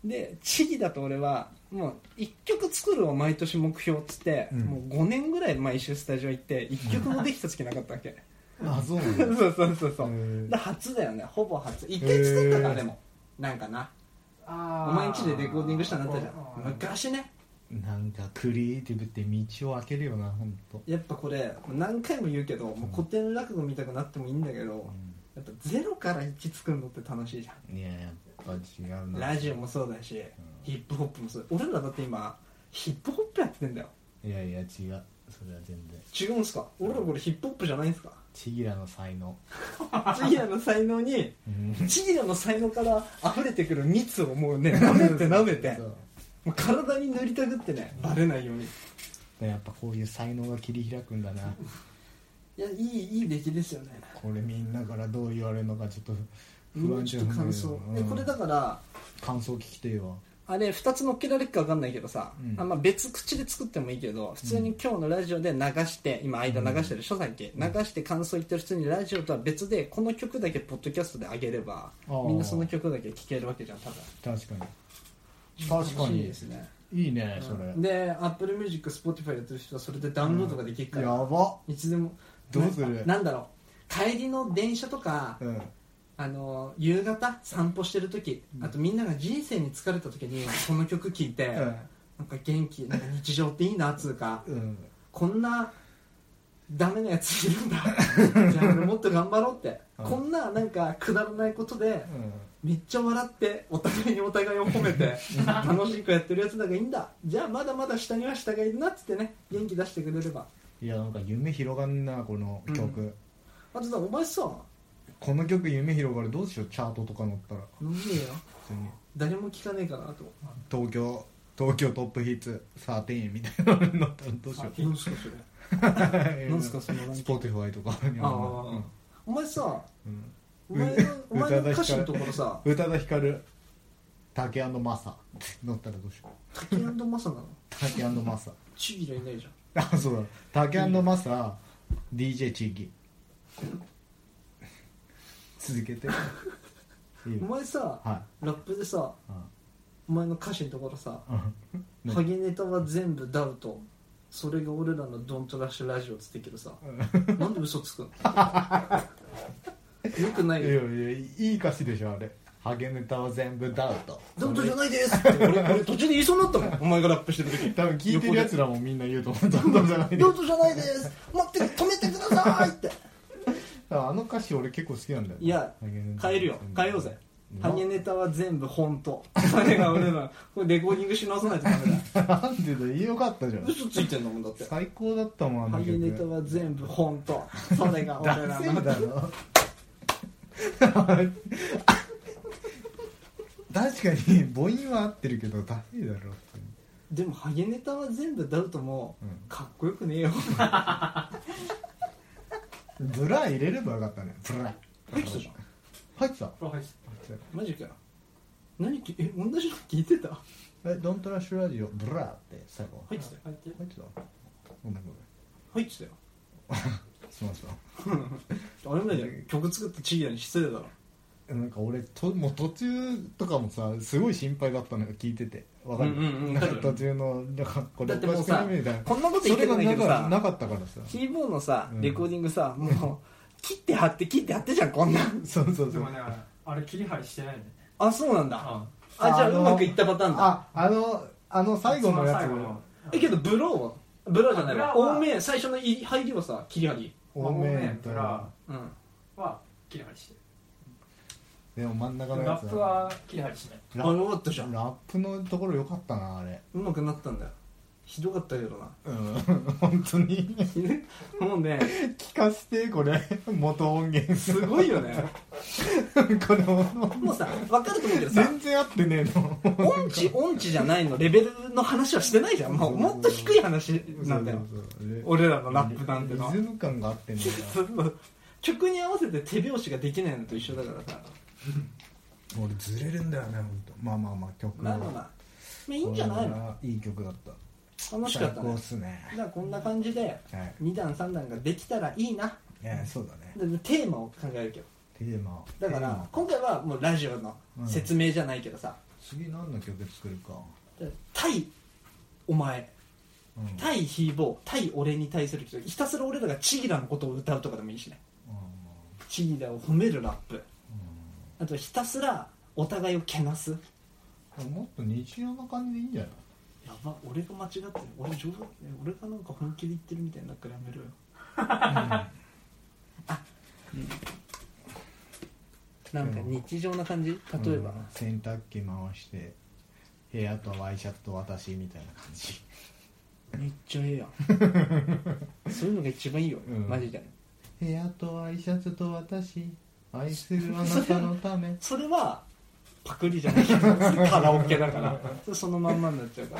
A: でチギだと俺はもう1曲作るを毎年目標っつって、
B: うん
A: もう5年ぐらい毎週スタジオ行って1曲もできた月なかったわけ、
B: あそうなん
A: そ
B: だ
A: うそう そうそう
B: へー
A: で初だよねほぼ初1回作った
B: へ
A: か
B: ー
A: でもなんかな
D: あ
A: お前んちでレコーディングしたのあったじゃ
D: うん
A: ん昔ね
B: なんかクリエイティブって道を開けるよな本当。
A: やっぱこれ何回も言うけどもう古典落語見たくなってもいいんだけどやっぱゼロから1作るのって楽しいじゃん
B: いややっぱ違うな
A: ラジオもそうだし、ヒップホップもそう俺らだって今ヒップホップやってんだよ
B: いやいや違うそれは全
A: 違
B: 然
A: うんすか俺らこれヒップホップじゃないんすか
B: ちぎらの才能
A: チギラの才能に
B: うん
A: チギラの才能から溢れてくる蜜をもうね舐めて舐めて
B: そう
A: もう体に塗りたくってねバレないように
B: でやっぱこういう才能が切り開くんだない
A: やいいいい出来ですよね
B: これみんなからどう言われるのかちょっと不
A: も
B: 安
A: う
B: じ
A: ち
B: ゃ
A: ょっと
B: ない
A: 感想
B: うん
A: でこれだから
B: 感想聞きてえわ
A: あれ2つ乗っけられるか分かんないけどさ、
B: うん
A: あんま別口で作ってもいいけど普通に今日のラジオで流して今間流してる書籍流して感想言ってる普通にラジオとは別でこの曲だけポッドキャストで上げれば
B: あー
A: みんなその曲だけ聴けるわけじゃん多分
B: 確かに確か
A: 楽しい
B: に
A: ですね
B: いいねそれ、
A: で Apple Music、Spotify やってる人はそれでダウンロードができるから、
B: やば
A: いつでも
B: どうする
A: ななんだろう帰りの電車とか、
B: うん
A: あの夕方散歩してる時あとみんなが人生に疲れた時にこの曲聴いて、
B: うん
A: なんか元気なんか日常っていいなっつうか
B: うん
A: こんなダメなやついるんだ じゃあ俺もっと頑張ろうって、
B: うん
A: こんななんかくだらないことで
B: うん
A: めっちゃ笑ってお互いにお互いを褒めて楽しくやってるやつだがいいんだじゃあまだまだ下には下がいるなっつってね元気出してくれれば
B: いやなんか夢広がんなこの曲、
A: うあとさお前さ
B: この曲夢広がるどうしようチャートとか載ったら
A: 飲んねえよ
B: 普通に
A: 誰も聞かねえからなと
B: 東京東京トップヒッツ13みたいなのになったらどうしよ
A: 何すかそれ
B: う
A: 何すかそのなん
B: ス
A: か
B: ポティファイとかに
A: ああ
B: ある
A: お前さ
B: うん
A: お前のお前の歌詞のところさ
B: 宇多田ヒカル竹マサ乗ったらどうしよう
A: 竹マサなの
B: 竹マ サ
A: チギラいないじゃん
B: あそうだ竹マサ DJ 地域続けていい
A: お
B: よ
A: 前さ
B: は
A: ラップでさ
B: い
A: お前の歌詞のところさ
B: う
A: 「
B: ん
A: ハゲネタは全部ダウト」それが俺らのドントラッシュラジオっつってけどさなんで嘘つくのよくないい
B: やい
A: よ
B: やいい歌詞でしょあれハゲネタは全部ダウト
A: ダウトじゃないですって俺俺途中で言いそうになったもんお前がラップしてる時
B: 多分聞いてるやつらもみんな言うと思うダウトじゃないで
A: ダウトじゃないです待って止めてくださいって
B: あの歌詞俺結構好きなんだよない
A: や
B: ハゲネタは
A: 変えるよ
B: 全部
A: 変えようぜ
B: な
A: ハゲネタは全部本当それが俺らこれレコーディングし直さないとダメだ
B: なんでだよよかったじゃん
A: 嘘ついてんだもんだって
B: 最高だったもんあ
A: ハ
B: の
A: ゲ
B: 曲
A: ネタは全部本当それが俺ら
B: ダセ
A: の
B: えだろ 確かに母音は合ってるけどダセえだろ
A: でもハゲネタは全部ダウトも
B: うん
A: かっこよくねえよ
B: ブラ入れればよかったねブラ
A: 入ってたじゃん
B: 入ってた
D: プロファイス
A: マジかよ何きえ同じの聞いてた
B: えドントラッシュラジオブラって最後
A: 入ってたよ
D: 入って
B: 入ってたごめんごめん
A: 入ってたよ
B: すみません
A: あれまで曲作ったチーヤに失礼だろ
B: えなんか俺ともう途中とかもさすごい心配だったのよ聞いててわかる、
A: うんうんうん
B: なんか途中のなんかこれ
A: だってもうさ
B: おかしくないみたいな
A: こんなこと言ってたんだけど
B: それがな
A: さ
B: かなかったからさ
A: キーボーのさ
B: うん
A: レコーディングさ、もう切って貼って切って貼ってじゃんこんなん
B: そうそう
D: で
B: そう
D: もねあれ切り張りしてないんだよね
A: あそうなんだあ
D: あ
A: じゃあ
B: あの
A: うまくいったパターンだ
B: ああのあの最後のやつ
D: そ最後の
A: えけどブローはブローじゃないわ
D: ブローは
A: 多め最初のい入りはさ切り貼り
B: 多めやった
D: まあ
B: ら
A: うん
D: は切り張りしてる
B: でも真ん中のや
D: ラ
B: つ
D: ップは切り張りしない
B: ラ
A: あよかったじゃ
B: ラ
A: ん
B: ップのところよかったなあれ
A: うまくなったんだよひどかったけどな
B: うん 本当に
A: もうね
B: 聞かせてこれ元音源
A: すごいよね
B: これも
A: もうさ分かると思うけどさ
B: 全然合ってねえの
A: 音痴音痴じゃないのレベルの話はしてないじゃんもうもっと低い話なんだよ
B: そうそうそう
A: 俺らのラップなんてのは
B: リズム感が合ってんだよ
A: その曲に合わせて手拍子ができないのと一緒だからさ
B: な俺ずれるんだよね本当。まあまあまあ曲
A: まあまあまあまあいいんじゃないの
B: のいい曲だった
A: 楽しかった
B: 最高
A: ね
B: っすね
A: じゃあこんな感じで
B: はい
A: 2段3段ができたらいいな
B: えそうだね
A: でテーマを考えるけど
B: テーマ
A: だか
B: テー
A: ら
B: マ
A: 今回はもうラジオの説明じゃないけどさ
B: 次何の曲作るか
A: 「対お前」
B: うんうん
A: 対ヒーボー対俺に対する人ひたすら俺らがチギラのことを歌うとかでもいいしねチギラを褒めるラップあとひたすらお互いをけなす
B: うんもっと日常な感じでいいんじゃない
A: やば俺が間違ってる俺冗談え俺がなんか本気で言ってるみたいになったからやめろよあ、なんか日常な感じ例えば、
B: うん洗濯機回して部屋とワイシャツと私みたいな感 じ
A: めっちゃええや んそういうのが一番いいよ、
B: うん
A: マジで
B: 部屋とワイシャツと私愛するあなたのため
A: それはパクリじゃないけどカラオケだからそれそのまんまになっちゃうか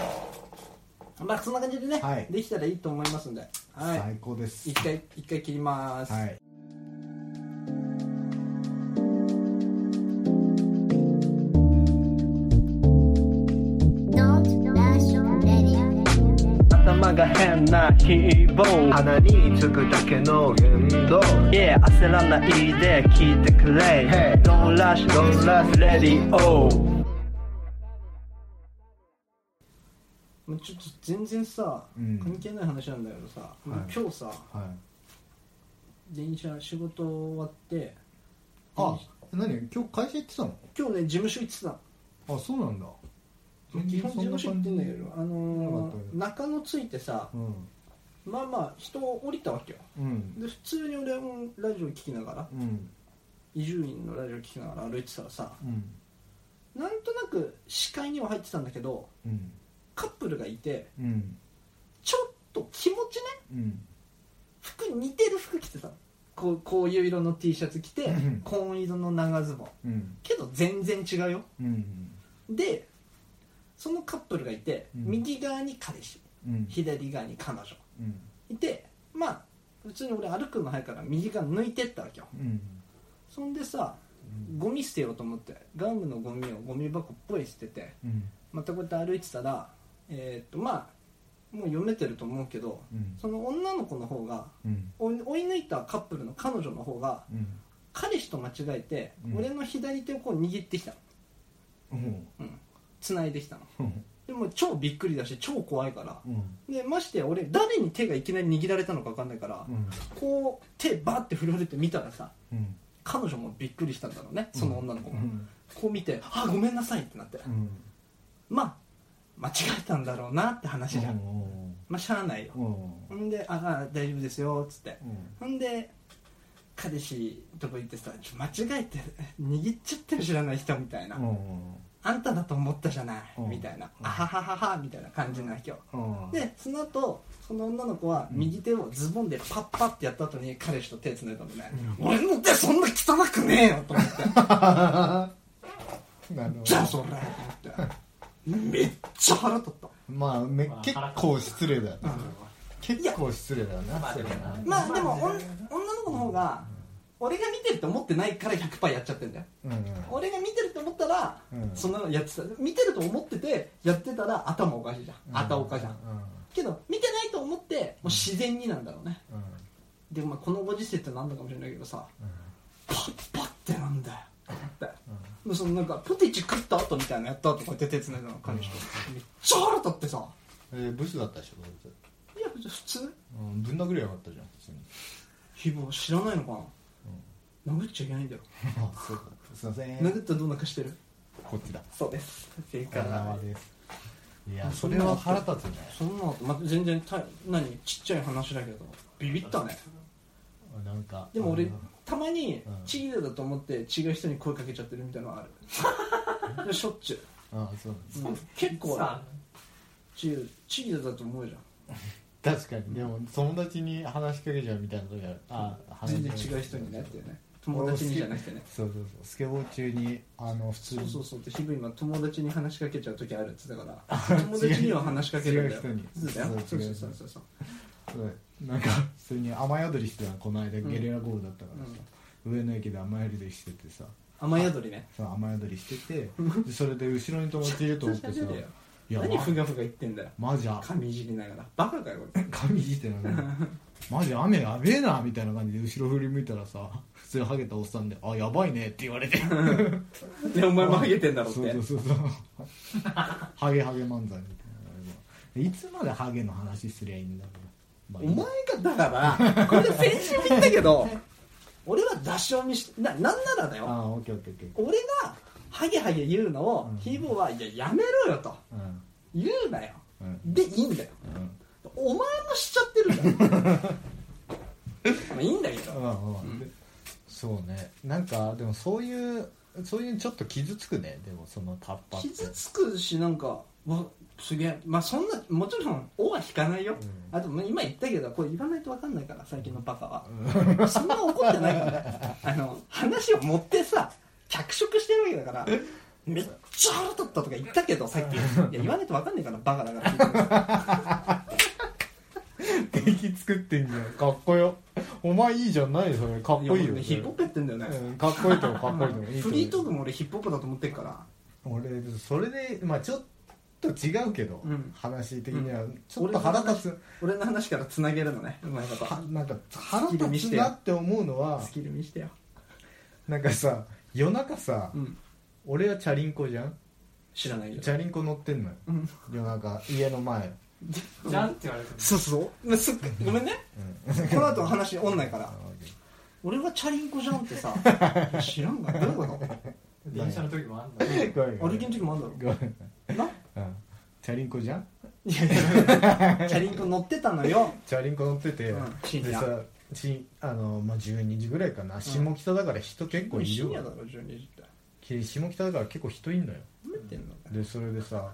A: らまあそんな感じでね、
B: はい
A: できたらいいと思いますんで はい
B: 最高です
A: 一回一回切ります、
B: はい
E: 頭が変なキーボード鼻につくだけの言動 Yeah 焦らないで聞いてくれ Hey Don't rush Don't rush Radio
A: もうちょっと全然さ、
B: うん
A: 関係ない話なんだけどさ、もう今日さ
B: はい
A: 電車仕事終わって
B: あ何今日会社行ってたの
A: 今日ね事務所行ってたの
B: あそうなんだ
A: 基本事務所行ってんだけどあ
B: よか
A: の
B: ったよ
A: ー、中野ついてさ
B: うん
A: まあまあ人降りたわけよ
B: うん
A: で普通に俺もラジオ聞きながら
B: うん
A: 伊集院のラジオ聞きながら歩いてたらさ
B: うん
A: なんとなく視界には入ってたんだけど
B: うん
A: カップルがいて
B: うん
A: ちょっと気持ちね
B: うん
A: 服似てる服着てたのこうこういう色の T シャツ着て
B: うん
A: 紺色の長ズボン
B: うん
A: けど全然違うよ
B: うん
A: でそのカップルがいて、
B: うん
A: 右側に彼氏
B: うん
A: 左側に彼女
B: うん
A: いてまあ普通に俺歩くの早いから右側抜いてったわけよ
B: うん
A: そんでさゴミ捨てようと思ってガムのゴミをゴミ箱っぽい捨てて
B: うん
A: またこうやって歩いてたらえーっとまあもう読めてると思うけど
B: うん
A: その女の子の方が
B: うん
A: 追い追い抜いたカップルの彼女の方が
B: うん
A: 彼氏と間違えて
B: うん
A: 俺の左手をこう握ってきたの
B: うん
A: 繋いできたの
B: うん
A: でも超びっくりだし超怖いから
B: うん
A: でましてや俺誰に手がいきなり握られたのか分かんないから、こう手バーって振られて見たらさ
B: うん
A: 彼女もびっくりしたんだろうねその女の子
B: う
A: も、
B: ん
A: こう見て「あごめんなさい」ってなって、
B: うん
A: まあ間違えたんだろうなって話じゃん、まあしゃあないよ、ほんで「ああ大丈夫ですよ」っつって、ほんで彼氏とこ行ってさ「ちょ間違えて 握っちゃったよ知らない人」みたいな、あんただと思ったじゃない」
B: うん
A: みたいな「
B: うん
A: あはははは」みたいな感じな今日、でその後その女の子は右手をズボンでパッパッてやった後に彼氏と手つないだのね、俺の手そんな汚くねえよと思って
B: なるほ
A: じゃあ
B: ど
A: それと思ってめっちゃ腹立った
B: まあね結構失礼だよね
A: うん
B: 結構失礼だよな
D: まあ
B: それはな
A: まあでもおん女の子の方が俺が見てると思ってないから100%やっちゃってんだよ
B: うんうん
A: 俺が見てると思ったら、
B: うん
A: そんなのやってた見てると思っててやってたら頭おかしいじゃん、頭おかじゃんけど見てないと思ってもう自然になんだろうね
B: うんうん
A: でもまあこのご時世ってなんだかもしれないけどさ
B: う
A: パッパッてなんだよってもうそのなんかポテチ食った後みたいなのやった後こうやって手つないだの感じしてめっちゃ腹立ってさ
B: んえーブスだったでしょそいつ
A: いや普通
B: うんぶん殴りゃよかったじゃん普 通に
A: ひぼ知らないのかな、殴っちゃいけないんだよ
B: あそうかすいませ
A: 殴
B: ん
A: ったらどうなんかしてる
B: こっちだ
A: そうです正解
B: あーですいやそれは腹立つね
A: そんなの、ま、全然た何ちっちゃい話だけどビビったね
B: なんか
A: でも俺
B: うん
A: たまに
B: うん
A: チーズだと思って違う人に声かけちゃってるみたいなのは あるしょっちゅ
B: あーそうなんです
A: う、結構
D: さ
A: チーズチーズだと思うじゃん
B: 確かにでも友達に話しかけちゃうみたいな時あるあー話し
A: 全
B: かけ
A: 然
B: ちゃ
A: 違う人にねっていうね友達にじゃなくてね
B: そうそうそうスケボー中にあの普通
A: そう
B: に
A: そうそうって日々今友達に話しかけちゃう時あるって言ってたから友達には話しかけるんだよ
B: 違う人に
A: そうだよそ
B: そ
A: そ
B: うう
A: うそうそうそう
B: そうなんか普通に雨宿りしてたのこの間ゲリラ豪雨だったからさ、上野駅で雨宿りしててさ
A: 雨宿りね
B: その雨宿りしててでそれで後ろに友達いると思 ってさ
A: ちょっと喋れよ
B: いや
A: 何
B: ま
A: ふがふが言ってんだよ
B: マジあ
A: 髪いじりながらバカかよこ れ
B: 髪いじってなん かマジ雨やべえなみたいな感じで後ろ振り向いたらさ普通にハゲたおっさんで「あやばいね」って言われて
A: でお前 もハゲてんだろうっ
B: そう
A: て
B: そうそうそうハゲハゲ漫才みたいなあれもいつまでハゲの話すりゃいいんだろう、まあ
A: お前がだからこれ先週も言ったけど俺は出し読みしてななんならだ
B: あ
A: よ
B: あオッケーオッケーオッケー
A: 俺がハゲハゲ言うのを、
B: うん
A: ヒーボーはいややめろよと
B: うん
A: 言うなよ
B: うん
A: でいいんだよ
B: うん
A: お前もしちゃってるじ ゃんまあいいんだけど
B: うんうんそうねなんかでもそういうそういうちょっと傷つくねでもそのタッパって
A: 傷つくしなんかわすげえまあそんなもちろん「お」は引かないよ、
B: う
A: あとまあ今言ったけどこれ言わないと分かんないから最近のバカは、そんな怒ってないからねあの話を持ってさ脚色してるわけだからめっちゃ腹立ったとか言ったけどさっ きいや言わないと分かんないからバカだから
B: 敵作ってんじゃんかっこよお前いいじゃんないそれかっ
A: いや
B: こいい
A: 俺
B: よ
A: ねヒップホップやってんだよね、
B: うんかっこいいともかっこいいともいいと思う
A: フリートークも俺ヒップホップだと思ってるから
B: 俺それでまあちょっと違うけど、
A: うん
B: 話的にはちょっ
A: 俺
B: と
A: の
B: 腹
A: 話
B: 立つ
A: 俺の話からつなげるのねうまいこと
B: はなんか腹
A: スキル見
B: 立
A: し
B: つ
A: てよ
B: なって思うのは
A: スキル見してよ、
B: なんかさ夜中さ、
A: うん、
B: 俺はチャリンコじゃん
A: 知らないよ
B: チャリンコ乗ってんのよ
A: うん
B: 夜中家の前、
D: じゃんって言われても
A: そうそう、まあ、すっごめんね
B: うん、
A: この後話おんないから
B: あ
A: 俺はチャリンコじゃんって さ知らんがどういうこと
D: 電車の時もあんだね
B: ごめんご
A: 歩
B: めん
A: きの時もあんだろ
B: ごめん
A: な
B: うんチャリンコじゃん
A: いやいやチャリンコ乗ってたのよ
B: チャリンコ乗ってて、
A: うん深夜
B: でさちあの、まあ、12時ぐらいかな下北だから人結構いる
A: 深夜
B: わ
A: だろ12時って
B: 下北だから結構人いんのよ
A: 飲めてんのかよ
B: でそれで さ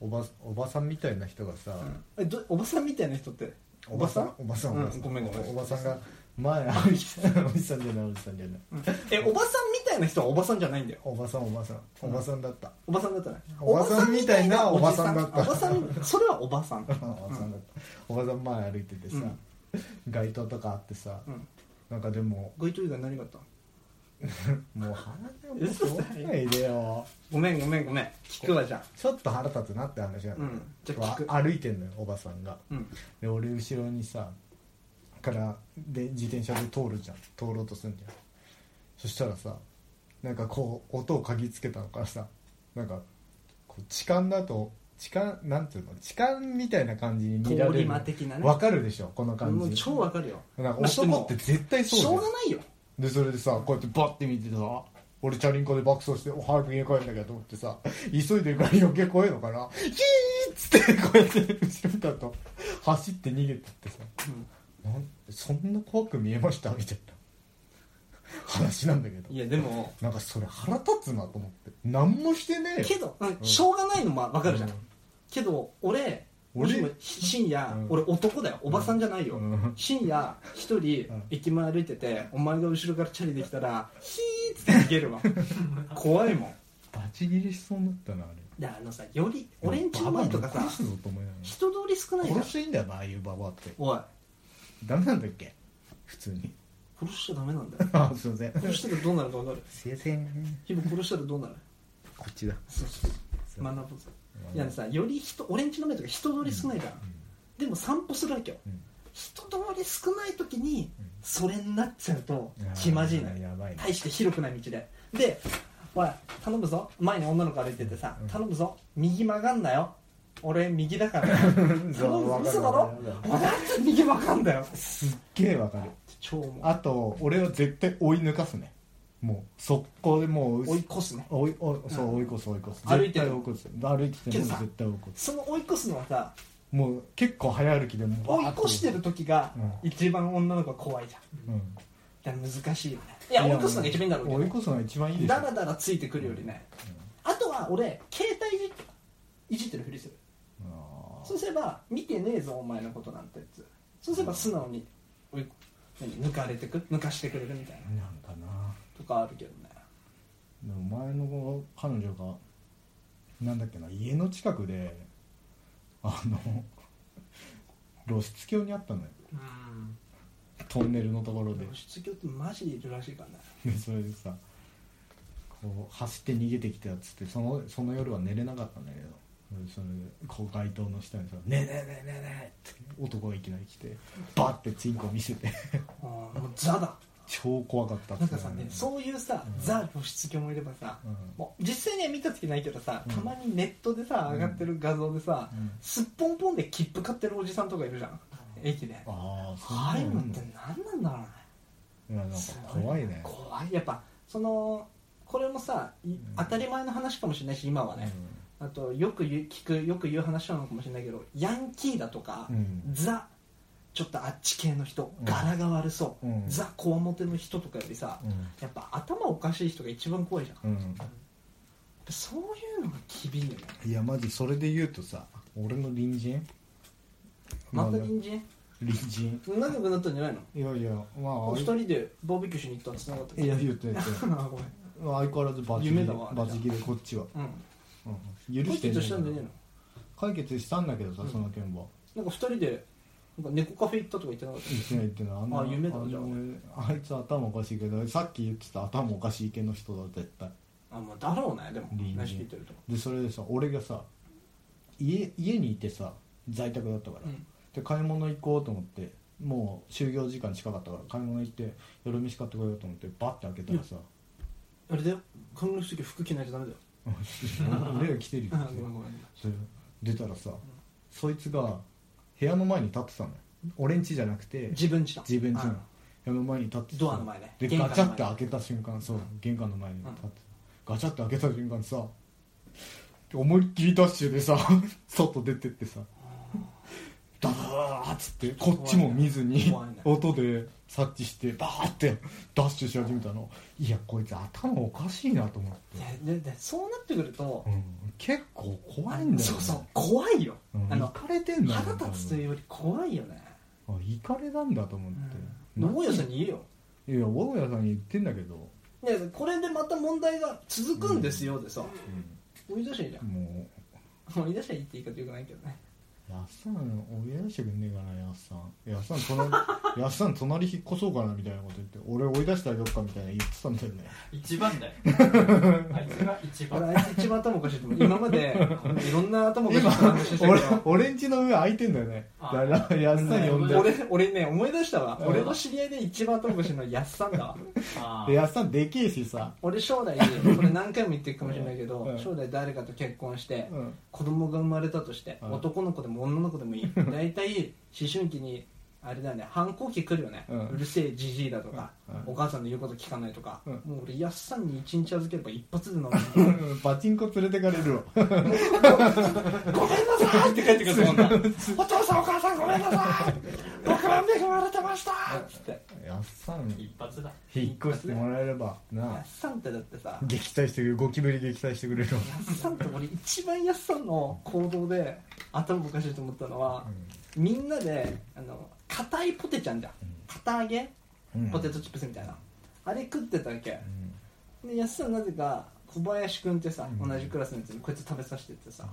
B: おばおばさんみたいな人がさ、
A: えどおばさんみたいな人って
B: おばさんおばさん
A: うん
B: おばさん
A: ごめんごめん
B: おばさんが 前おじさんおじさんじゃないおじさんじゃない
A: えおばさんみたいな人はおばさんじゃないんだよ
B: おばさんおばさんおばさんだった
A: おばさんだったね
B: おばさんみたいなおばさんだった
A: おばさんそれはおばさん
B: おばさんだったおばさん前歩いててさ
A: うん
B: 街灯とかあってさ
A: うん
B: なんかでも
A: ごいと以外何があった
B: もう鼻でもうないでよ
A: ごめんごめんごめん聞くわじゃ
B: ちょっと腹立つなって話なの
A: うんじゃあ聞く
B: 歩いてんのよおばさんが
A: あうん
B: で俺後ろにさからで自転車で通るじゃん通ろうとすんじゃんそしたらさなんかこう音を嗅ぎつけたのからさなんかこう痴漢だと痴漢なんていうの痴漢みたいな感じに見られ
A: 通り
B: る
A: 魔的なね
B: わかるでしょこの感
A: もう
B: じ
A: 超わかるよ
B: なんか男って絶対
A: し
B: そ
A: ょう
B: うだ
A: が
B: よ
A: ないよ
B: でそれでさこうやってバッて見てさ俺チャリンコで爆走してお早く家帰んなきゃと思ってさ急いでるから余計怖いのかなヒーっつってこうやって後ろからと走って逃げてってさなんそんな怖く見えましたみたいな話なんだけど
A: いやでも
B: なんかそれ腹立つなと思って何もしてねえよ
A: けど、うんしょうがないのもわかるじゃん、
B: うん
A: けど俺
B: 俺
A: もしも深夜、
B: うん
A: 俺男だよおばさんじゃないよ、
B: うん
A: 深夜一人
B: ん
A: 駅前歩いててお前が後ろからチャリで きたらヒーッつって逃げるわ怖いもん
B: バチギレしそうになったなあれ
A: だからあのさより俺んちの前とか
B: ババ
A: さ
B: アぶっ殺すぞと思いなが
A: 人通り少ない
B: ら
A: じゃん
B: 殺していいんだよなああいうババアって
A: おい
B: ダメなんだっけ普通に
A: 殺しちゃダメなん だよ
B: あすいません
A: 殺したらどうなるか分かる
B: 生鮮
A: 今殺したらどうなる
B: こっちだ
A: そうそうそう学ぼうぜいやさより人俺んちの目とか人通り少ないから、でも散歩するわけよ、
B: うん
A: 人通り少ない時に
B: ん
A: それになっちゃうと
B: あー
A: 気まじいのよ
B: やばいね
A: 大して広くない道ででおい頼むぞ前に女の子歩いててさ、
B: うん
A: 頼むぞ右曲がんなよ俺右だから
B: そう
A: 頼むぞ
B: わかる
A: 嘘だ
B: わ
A: ろ
B: かるわか
A: お前だって右曲がんだよ
B: すっげえわかる
A: 超思う
B: あと俺は絶対追い抜かすねもう速攻でもう
A: 追い越すね
B: 追い追いそう追い越す追い越す
A: 歩いてる
B: 絶対追い越す歩いてても
A: けどさ
B: 絶対追い越す
A: その追い越すのはさ
B: もう結構早歩きでもう
A: 追い
B: わーっと
A: 越してる時が
B: うん
A: 一番女の子は怖いじゃん
B: うん
A: だから難しいよねいや追い越すのが一番いいんだろうけど
B: 追い越すのが一番いいでしょ
A: だらだらついてくるよりね、あとは俺携帯いじいじってるふりする
B: あ
A: そうすれば見てねえぞお前のことなんてやつそうすれば素直におい何抜かれてく抜かしてくれるみたいな
B: ーなんかな
A: とかあるけどね
B: でも前の彼女がなんだっけな家の近くであの露出鏡にあったのよ
D: うん
B: トンネルのところで
A: 露出鏡ってマジでいるらしいからね
B: でそれでさこう走って逃げてきたっつってそのその夜は寝れなかったんだけどそれでこう街灯の下にさ「ねえねえねえねえねえ」って男がいきなり来てバッてチンコ見せて
A: あーもうザだ
B: 超怖かったっつ
A: なん
B: って
A: かさ、ね、そういうさ、
B: うん
A: ザ露出鏡もいればさ、
B: うん
A: もう実際には見た時ないけどさ、
B: うん
A: たまにネットでさ上がってる画像でさ、
B: うん
A: すっぽんぽんで切符買ってるおじさんとかいるじゃん駅で
B: ああそ
A: ああいうのっ
B: ん
A: て
B: だい
A: 何なんだろうね
B: やなんか怖いね
A: 怖いやっぱそのこれもさ、い
B: ん
A: 当たり前の話かもしれないし今はね、あとよく言う聞くよく言う話なのかもしれないけどヤンキーだとか、
B: うん
A: ザちょっとあっち系の人
B: うん
A: 柄が悪そう、
B: うん
A: ザこわもての人とかよりさ、
B: うん
A: やっぱ頭おかしい人が一番怖いじゃん、
B: うん、
A: そういうのが厳いよね
B: いやマジそれで言うとさ俺の隣人
A: また
B: あでも
A: 隣人
B: 隣人
A: 仲良くなったんじゃないの
B: いやいやまあ
A: お二人でバーベキューしに行ったんですなかったっけ
B: いや言って言って
A: あごめん
B: まあ相変わらずバチギレ
A: 夢だわ
B: バチギレこっちは、
A: うん
B: 許
A: ポイ
B: し
A: チ
B: て
A: としたんじゃね
B: ね
A: えの
B: 解決したんだけどさ、その件は
A: なんか二人でなんか猫カフェ行ったとか言ってなかっ
B: 言ってない言ってないあんな
A: あ夢だじゃあ
B: ああいつ頭おかしいけどさっき言ってた頭おかしい系の人だ絶対
A: たあまあだろうねでも
B: 隣人
A: 話聞いてると
B: でそれでさ俺がさ家家にいてさ在宅だったから、
A: うん
B: で買い物行こうと思ってもう就業時間近かったから買い物行って夜飯買ってこようと思ってバッて開けたらさ
A: あれだよ看護師時服着ないとダメだよ
B: 俺が来てるよ
A: あごめんごめん
B: それ出たらさ、そいつが部屋の前に立ってたのよ俺ん家じゃなくて
A: 自分ちだ
B: 自分家
A: あ
B: の部屋の前に立ってて
A: ドアの前ね
B: で
A: 玄関の
B: ガチ
A: 前
B: ャって開けた瞬間そう玄関の前に立ってた、ガチャって開けた瞬間さ思いっきりダッシュでさ 外出てってさダダーッつってこっちも見ずに
A: 怖いね
B: 音で察知してバーってダッシュし始めたのいやこいつ頭おかしいなと思って、
A: でででそうなってくると
B: うん、結構怖いんだよ、ね、
A: そうそう怖いよ
B: うん
A: あ
B: 行
A: の
B: かれてんだよ
A: 腹立つというより怖いよね
B: あ行かれなんだと思って、
A: 農業さんに言えよ
B: いや大家さんに言ってんだけど、
A: ねこれでまた問題が続くんですよでさ
B: う
A: 追い出しゃいいじゃ
B: ん、も
A: ん追い出しゃいいって言い方よくないけどね
B: うやっさん追い出してくんねえかなやっさんやっさん 隣やっさん隣引っ越そうかなみたいなこと言って俺追い出してあげようかみたいな言ってたんだ よね
D: 一番だ よあいつが一
A: 俺
D: 番
A: あいつ一番頭おかしいと思う今まで いろんな頭おかしい
B: 今
A: 話したけど
B: 俺 俺んちの上空いてんだよねだ
D: あ
B: からやっさん呼んで
A: 俺俺ね思い出したわ
B: うん
A: 俺の知り合いで一番頭おかしいのはやっさんだわ
D: あ
B: でやっさんでけえしさ、
A: 俺将来これ何回も言ってるかもしれないけど、
B: うん
A: 将来誰かと結婚して、
B: うん、
A: 子供が生まれたとして、
B: うん
A: 男の子でも女の子でもい い大体思春期にあれだよね反抗期来るよね、
B: う
A: うんるせえじじいだとか、
B: うん
A: お母さんの言うこと聞かないとか、
B: うん
A: もう俺やっさんに一日預ければ一発で 治る
B: パチンコ連れてかれるわ
A: ごめんな さいって帰ってくると思うんだお父さんお母さんごめんなさい僕は恵まれてましたっつって
B: やっさん
D: 一発だ
B: 引っ越してもらえればな
A: や
B: あ
A: っさんってだってさ
B: 撃退してくれるゴキブリ撃退してくれるわ
A: やっさんって俺一番やっさんの行動で頭おかしいと思ったのは、みんなであの硬いポテちゃんじゃん堅揚げ
B: うん
A: ポテトチップスみたいな、あれ食ってたわけ
B: うん
A: でやっさんなぜか小林君ってさ、
B: うん
A: 同じクラスのやつにこいつ食べさせてってさ、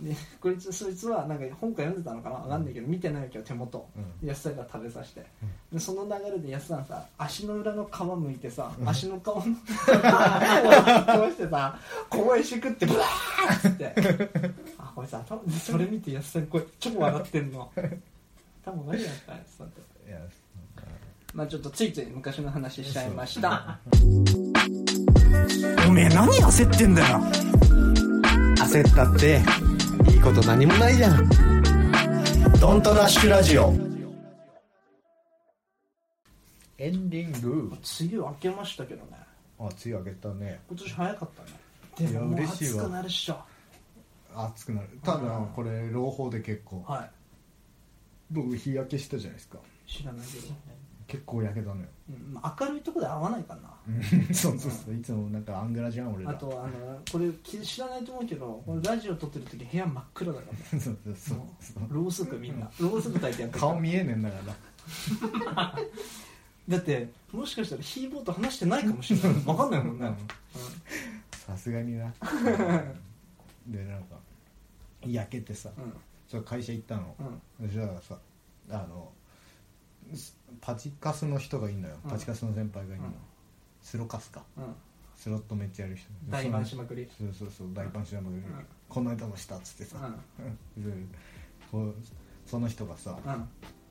A: でこいつそいつはなんか本か読んでたのかなわかんないけど見てないわけど手元、
B: う
A: で安田が食べさせて、でその流れで安田がさ足の裏の皮むいてさ、足の皮のこうしてさ小林食ってブワーッつってあこいつ頭でそれ見て安田がこれ超笑ってんの多分何やったんやつだって
B: いや
A: まあちょっとついつい昔の話しちゃいました
G: おめえ何焦ってんだよ焦ったっていいこと何もないじゃんドントラッシュラジオ
B: エンディング
A: 梅雨明けましたけどね
B: あ梅雨明けたね
A: 今年早かったね
B: いや
A: でももう
B: 嬉しい
A: 暑
B: わ
A: くなるっしょ
B: 暑くなるただこれ朗報で結構
A: は
B: 僕日焼けしたじゃないですか
A: い知らないけど、
B: 結構焼 けたのよ
A: うんまあ、明るいとこで合わないかな
B: そうそうそういつもなんかアングラじゃん俺ら
A: あとあのこれき知らないと思うけどこれラジオ撮ってる時部屋真っ暗だから、ね、
B: そうそうそうそう
A: ろうそくみんなろうそく焚いてやってるから
B: 顔見えねえんだから
A: だってもしかしたらヒーボーと話してないかもしれない分かんないもんね、
B: うんさすが になでなんか焼けてさ、
A: うんうん
B: それ会社行ったの
A: う、ん
B: じゃあさあのすパチカスの人がいるのよ、
A: うん
B: パチカスの先輩がいるの、
A: うん
B: スロカスか
A: うん
B: スロットめっちゃやる人
A: 大盤しまくり
B: そうそうそう大パンしながら、
A: ん
B: この間もしたっつって
A: う
B: さ
A: ん、
B: でこうその人がさ、
A: うん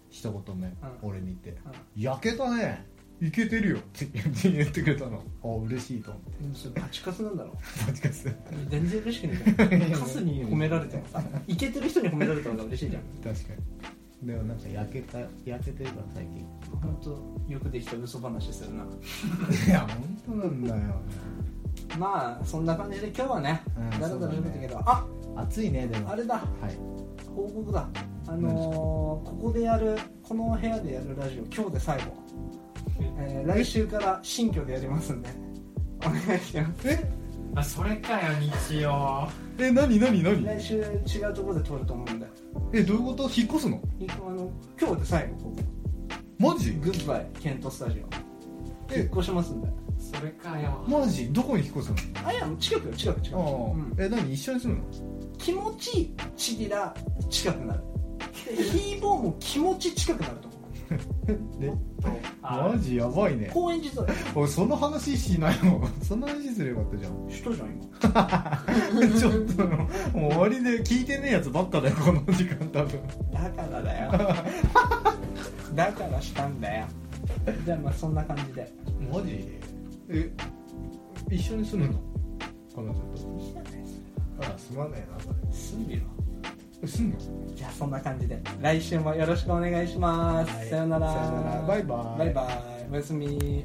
B: 一言目、俺に言って「焼けたねいけてるよ」って言って言ってくれたのあ嬉しいと思って
A: でもそれパチカスなんだろ
B: パチカス
A: 全然嬉しくないじゃんカスに褒められてもさイケてる人に褒められた方が嬉しいじゃん
B: 確かにでもなんか焼けた焼けてるから最近
A: 本当よくできた嘘話するない
B: や本当なんだよ
A: まあそんな感じで今日はね
B: うん
A: だらだら
B: そうだね
A: 喋ったけど、あ
B: 暑いねでも
A: あれだ
B: はい
A: 報告だあのーここでやるこの部屋でやるラジオ今日で最後、えー来週から新居でやりますんでお願いします
B: え
D: あそれかよ日曜
B: え何何何
A: 来週違うところで撮ると思うんで
B: えどういうこと引っ越すの
A: いあの今日で最後ここ
B: マジ
A: グッバイケントスタジオ
B: え
A: 引っ越しますんで
D: それかよ
B: マジどこに引っ越すの
A: あいや近くよ近く近く、
B: ああ、
A: うん、
B: え何一緒に住むの
A: 気持ちいいちぎら近くなるでヒーボーも気持ち近くなると思う
B: え
D: あ
B: マジやばいね
A: 高円寺沿い
B: 俺その話しないの その話すればよかったじゃん
A: 首都じゃん今
B: ちょっともう終わりで聞いてねえやつばっかだよこの時間多分
A: だからだ よだからしたんだよじゃあまあそんな感じで
B: マジえ一緒に住むの彼女と
A: いいじゃないですか
B: ああ住まないなそ
A: 住んでよ
B: れ住む
A: じゃあそんな感じで来週もよろしくお願いします、
B: の
A: さよなら
B: さよならバイバイ
A: バイバイおやすみ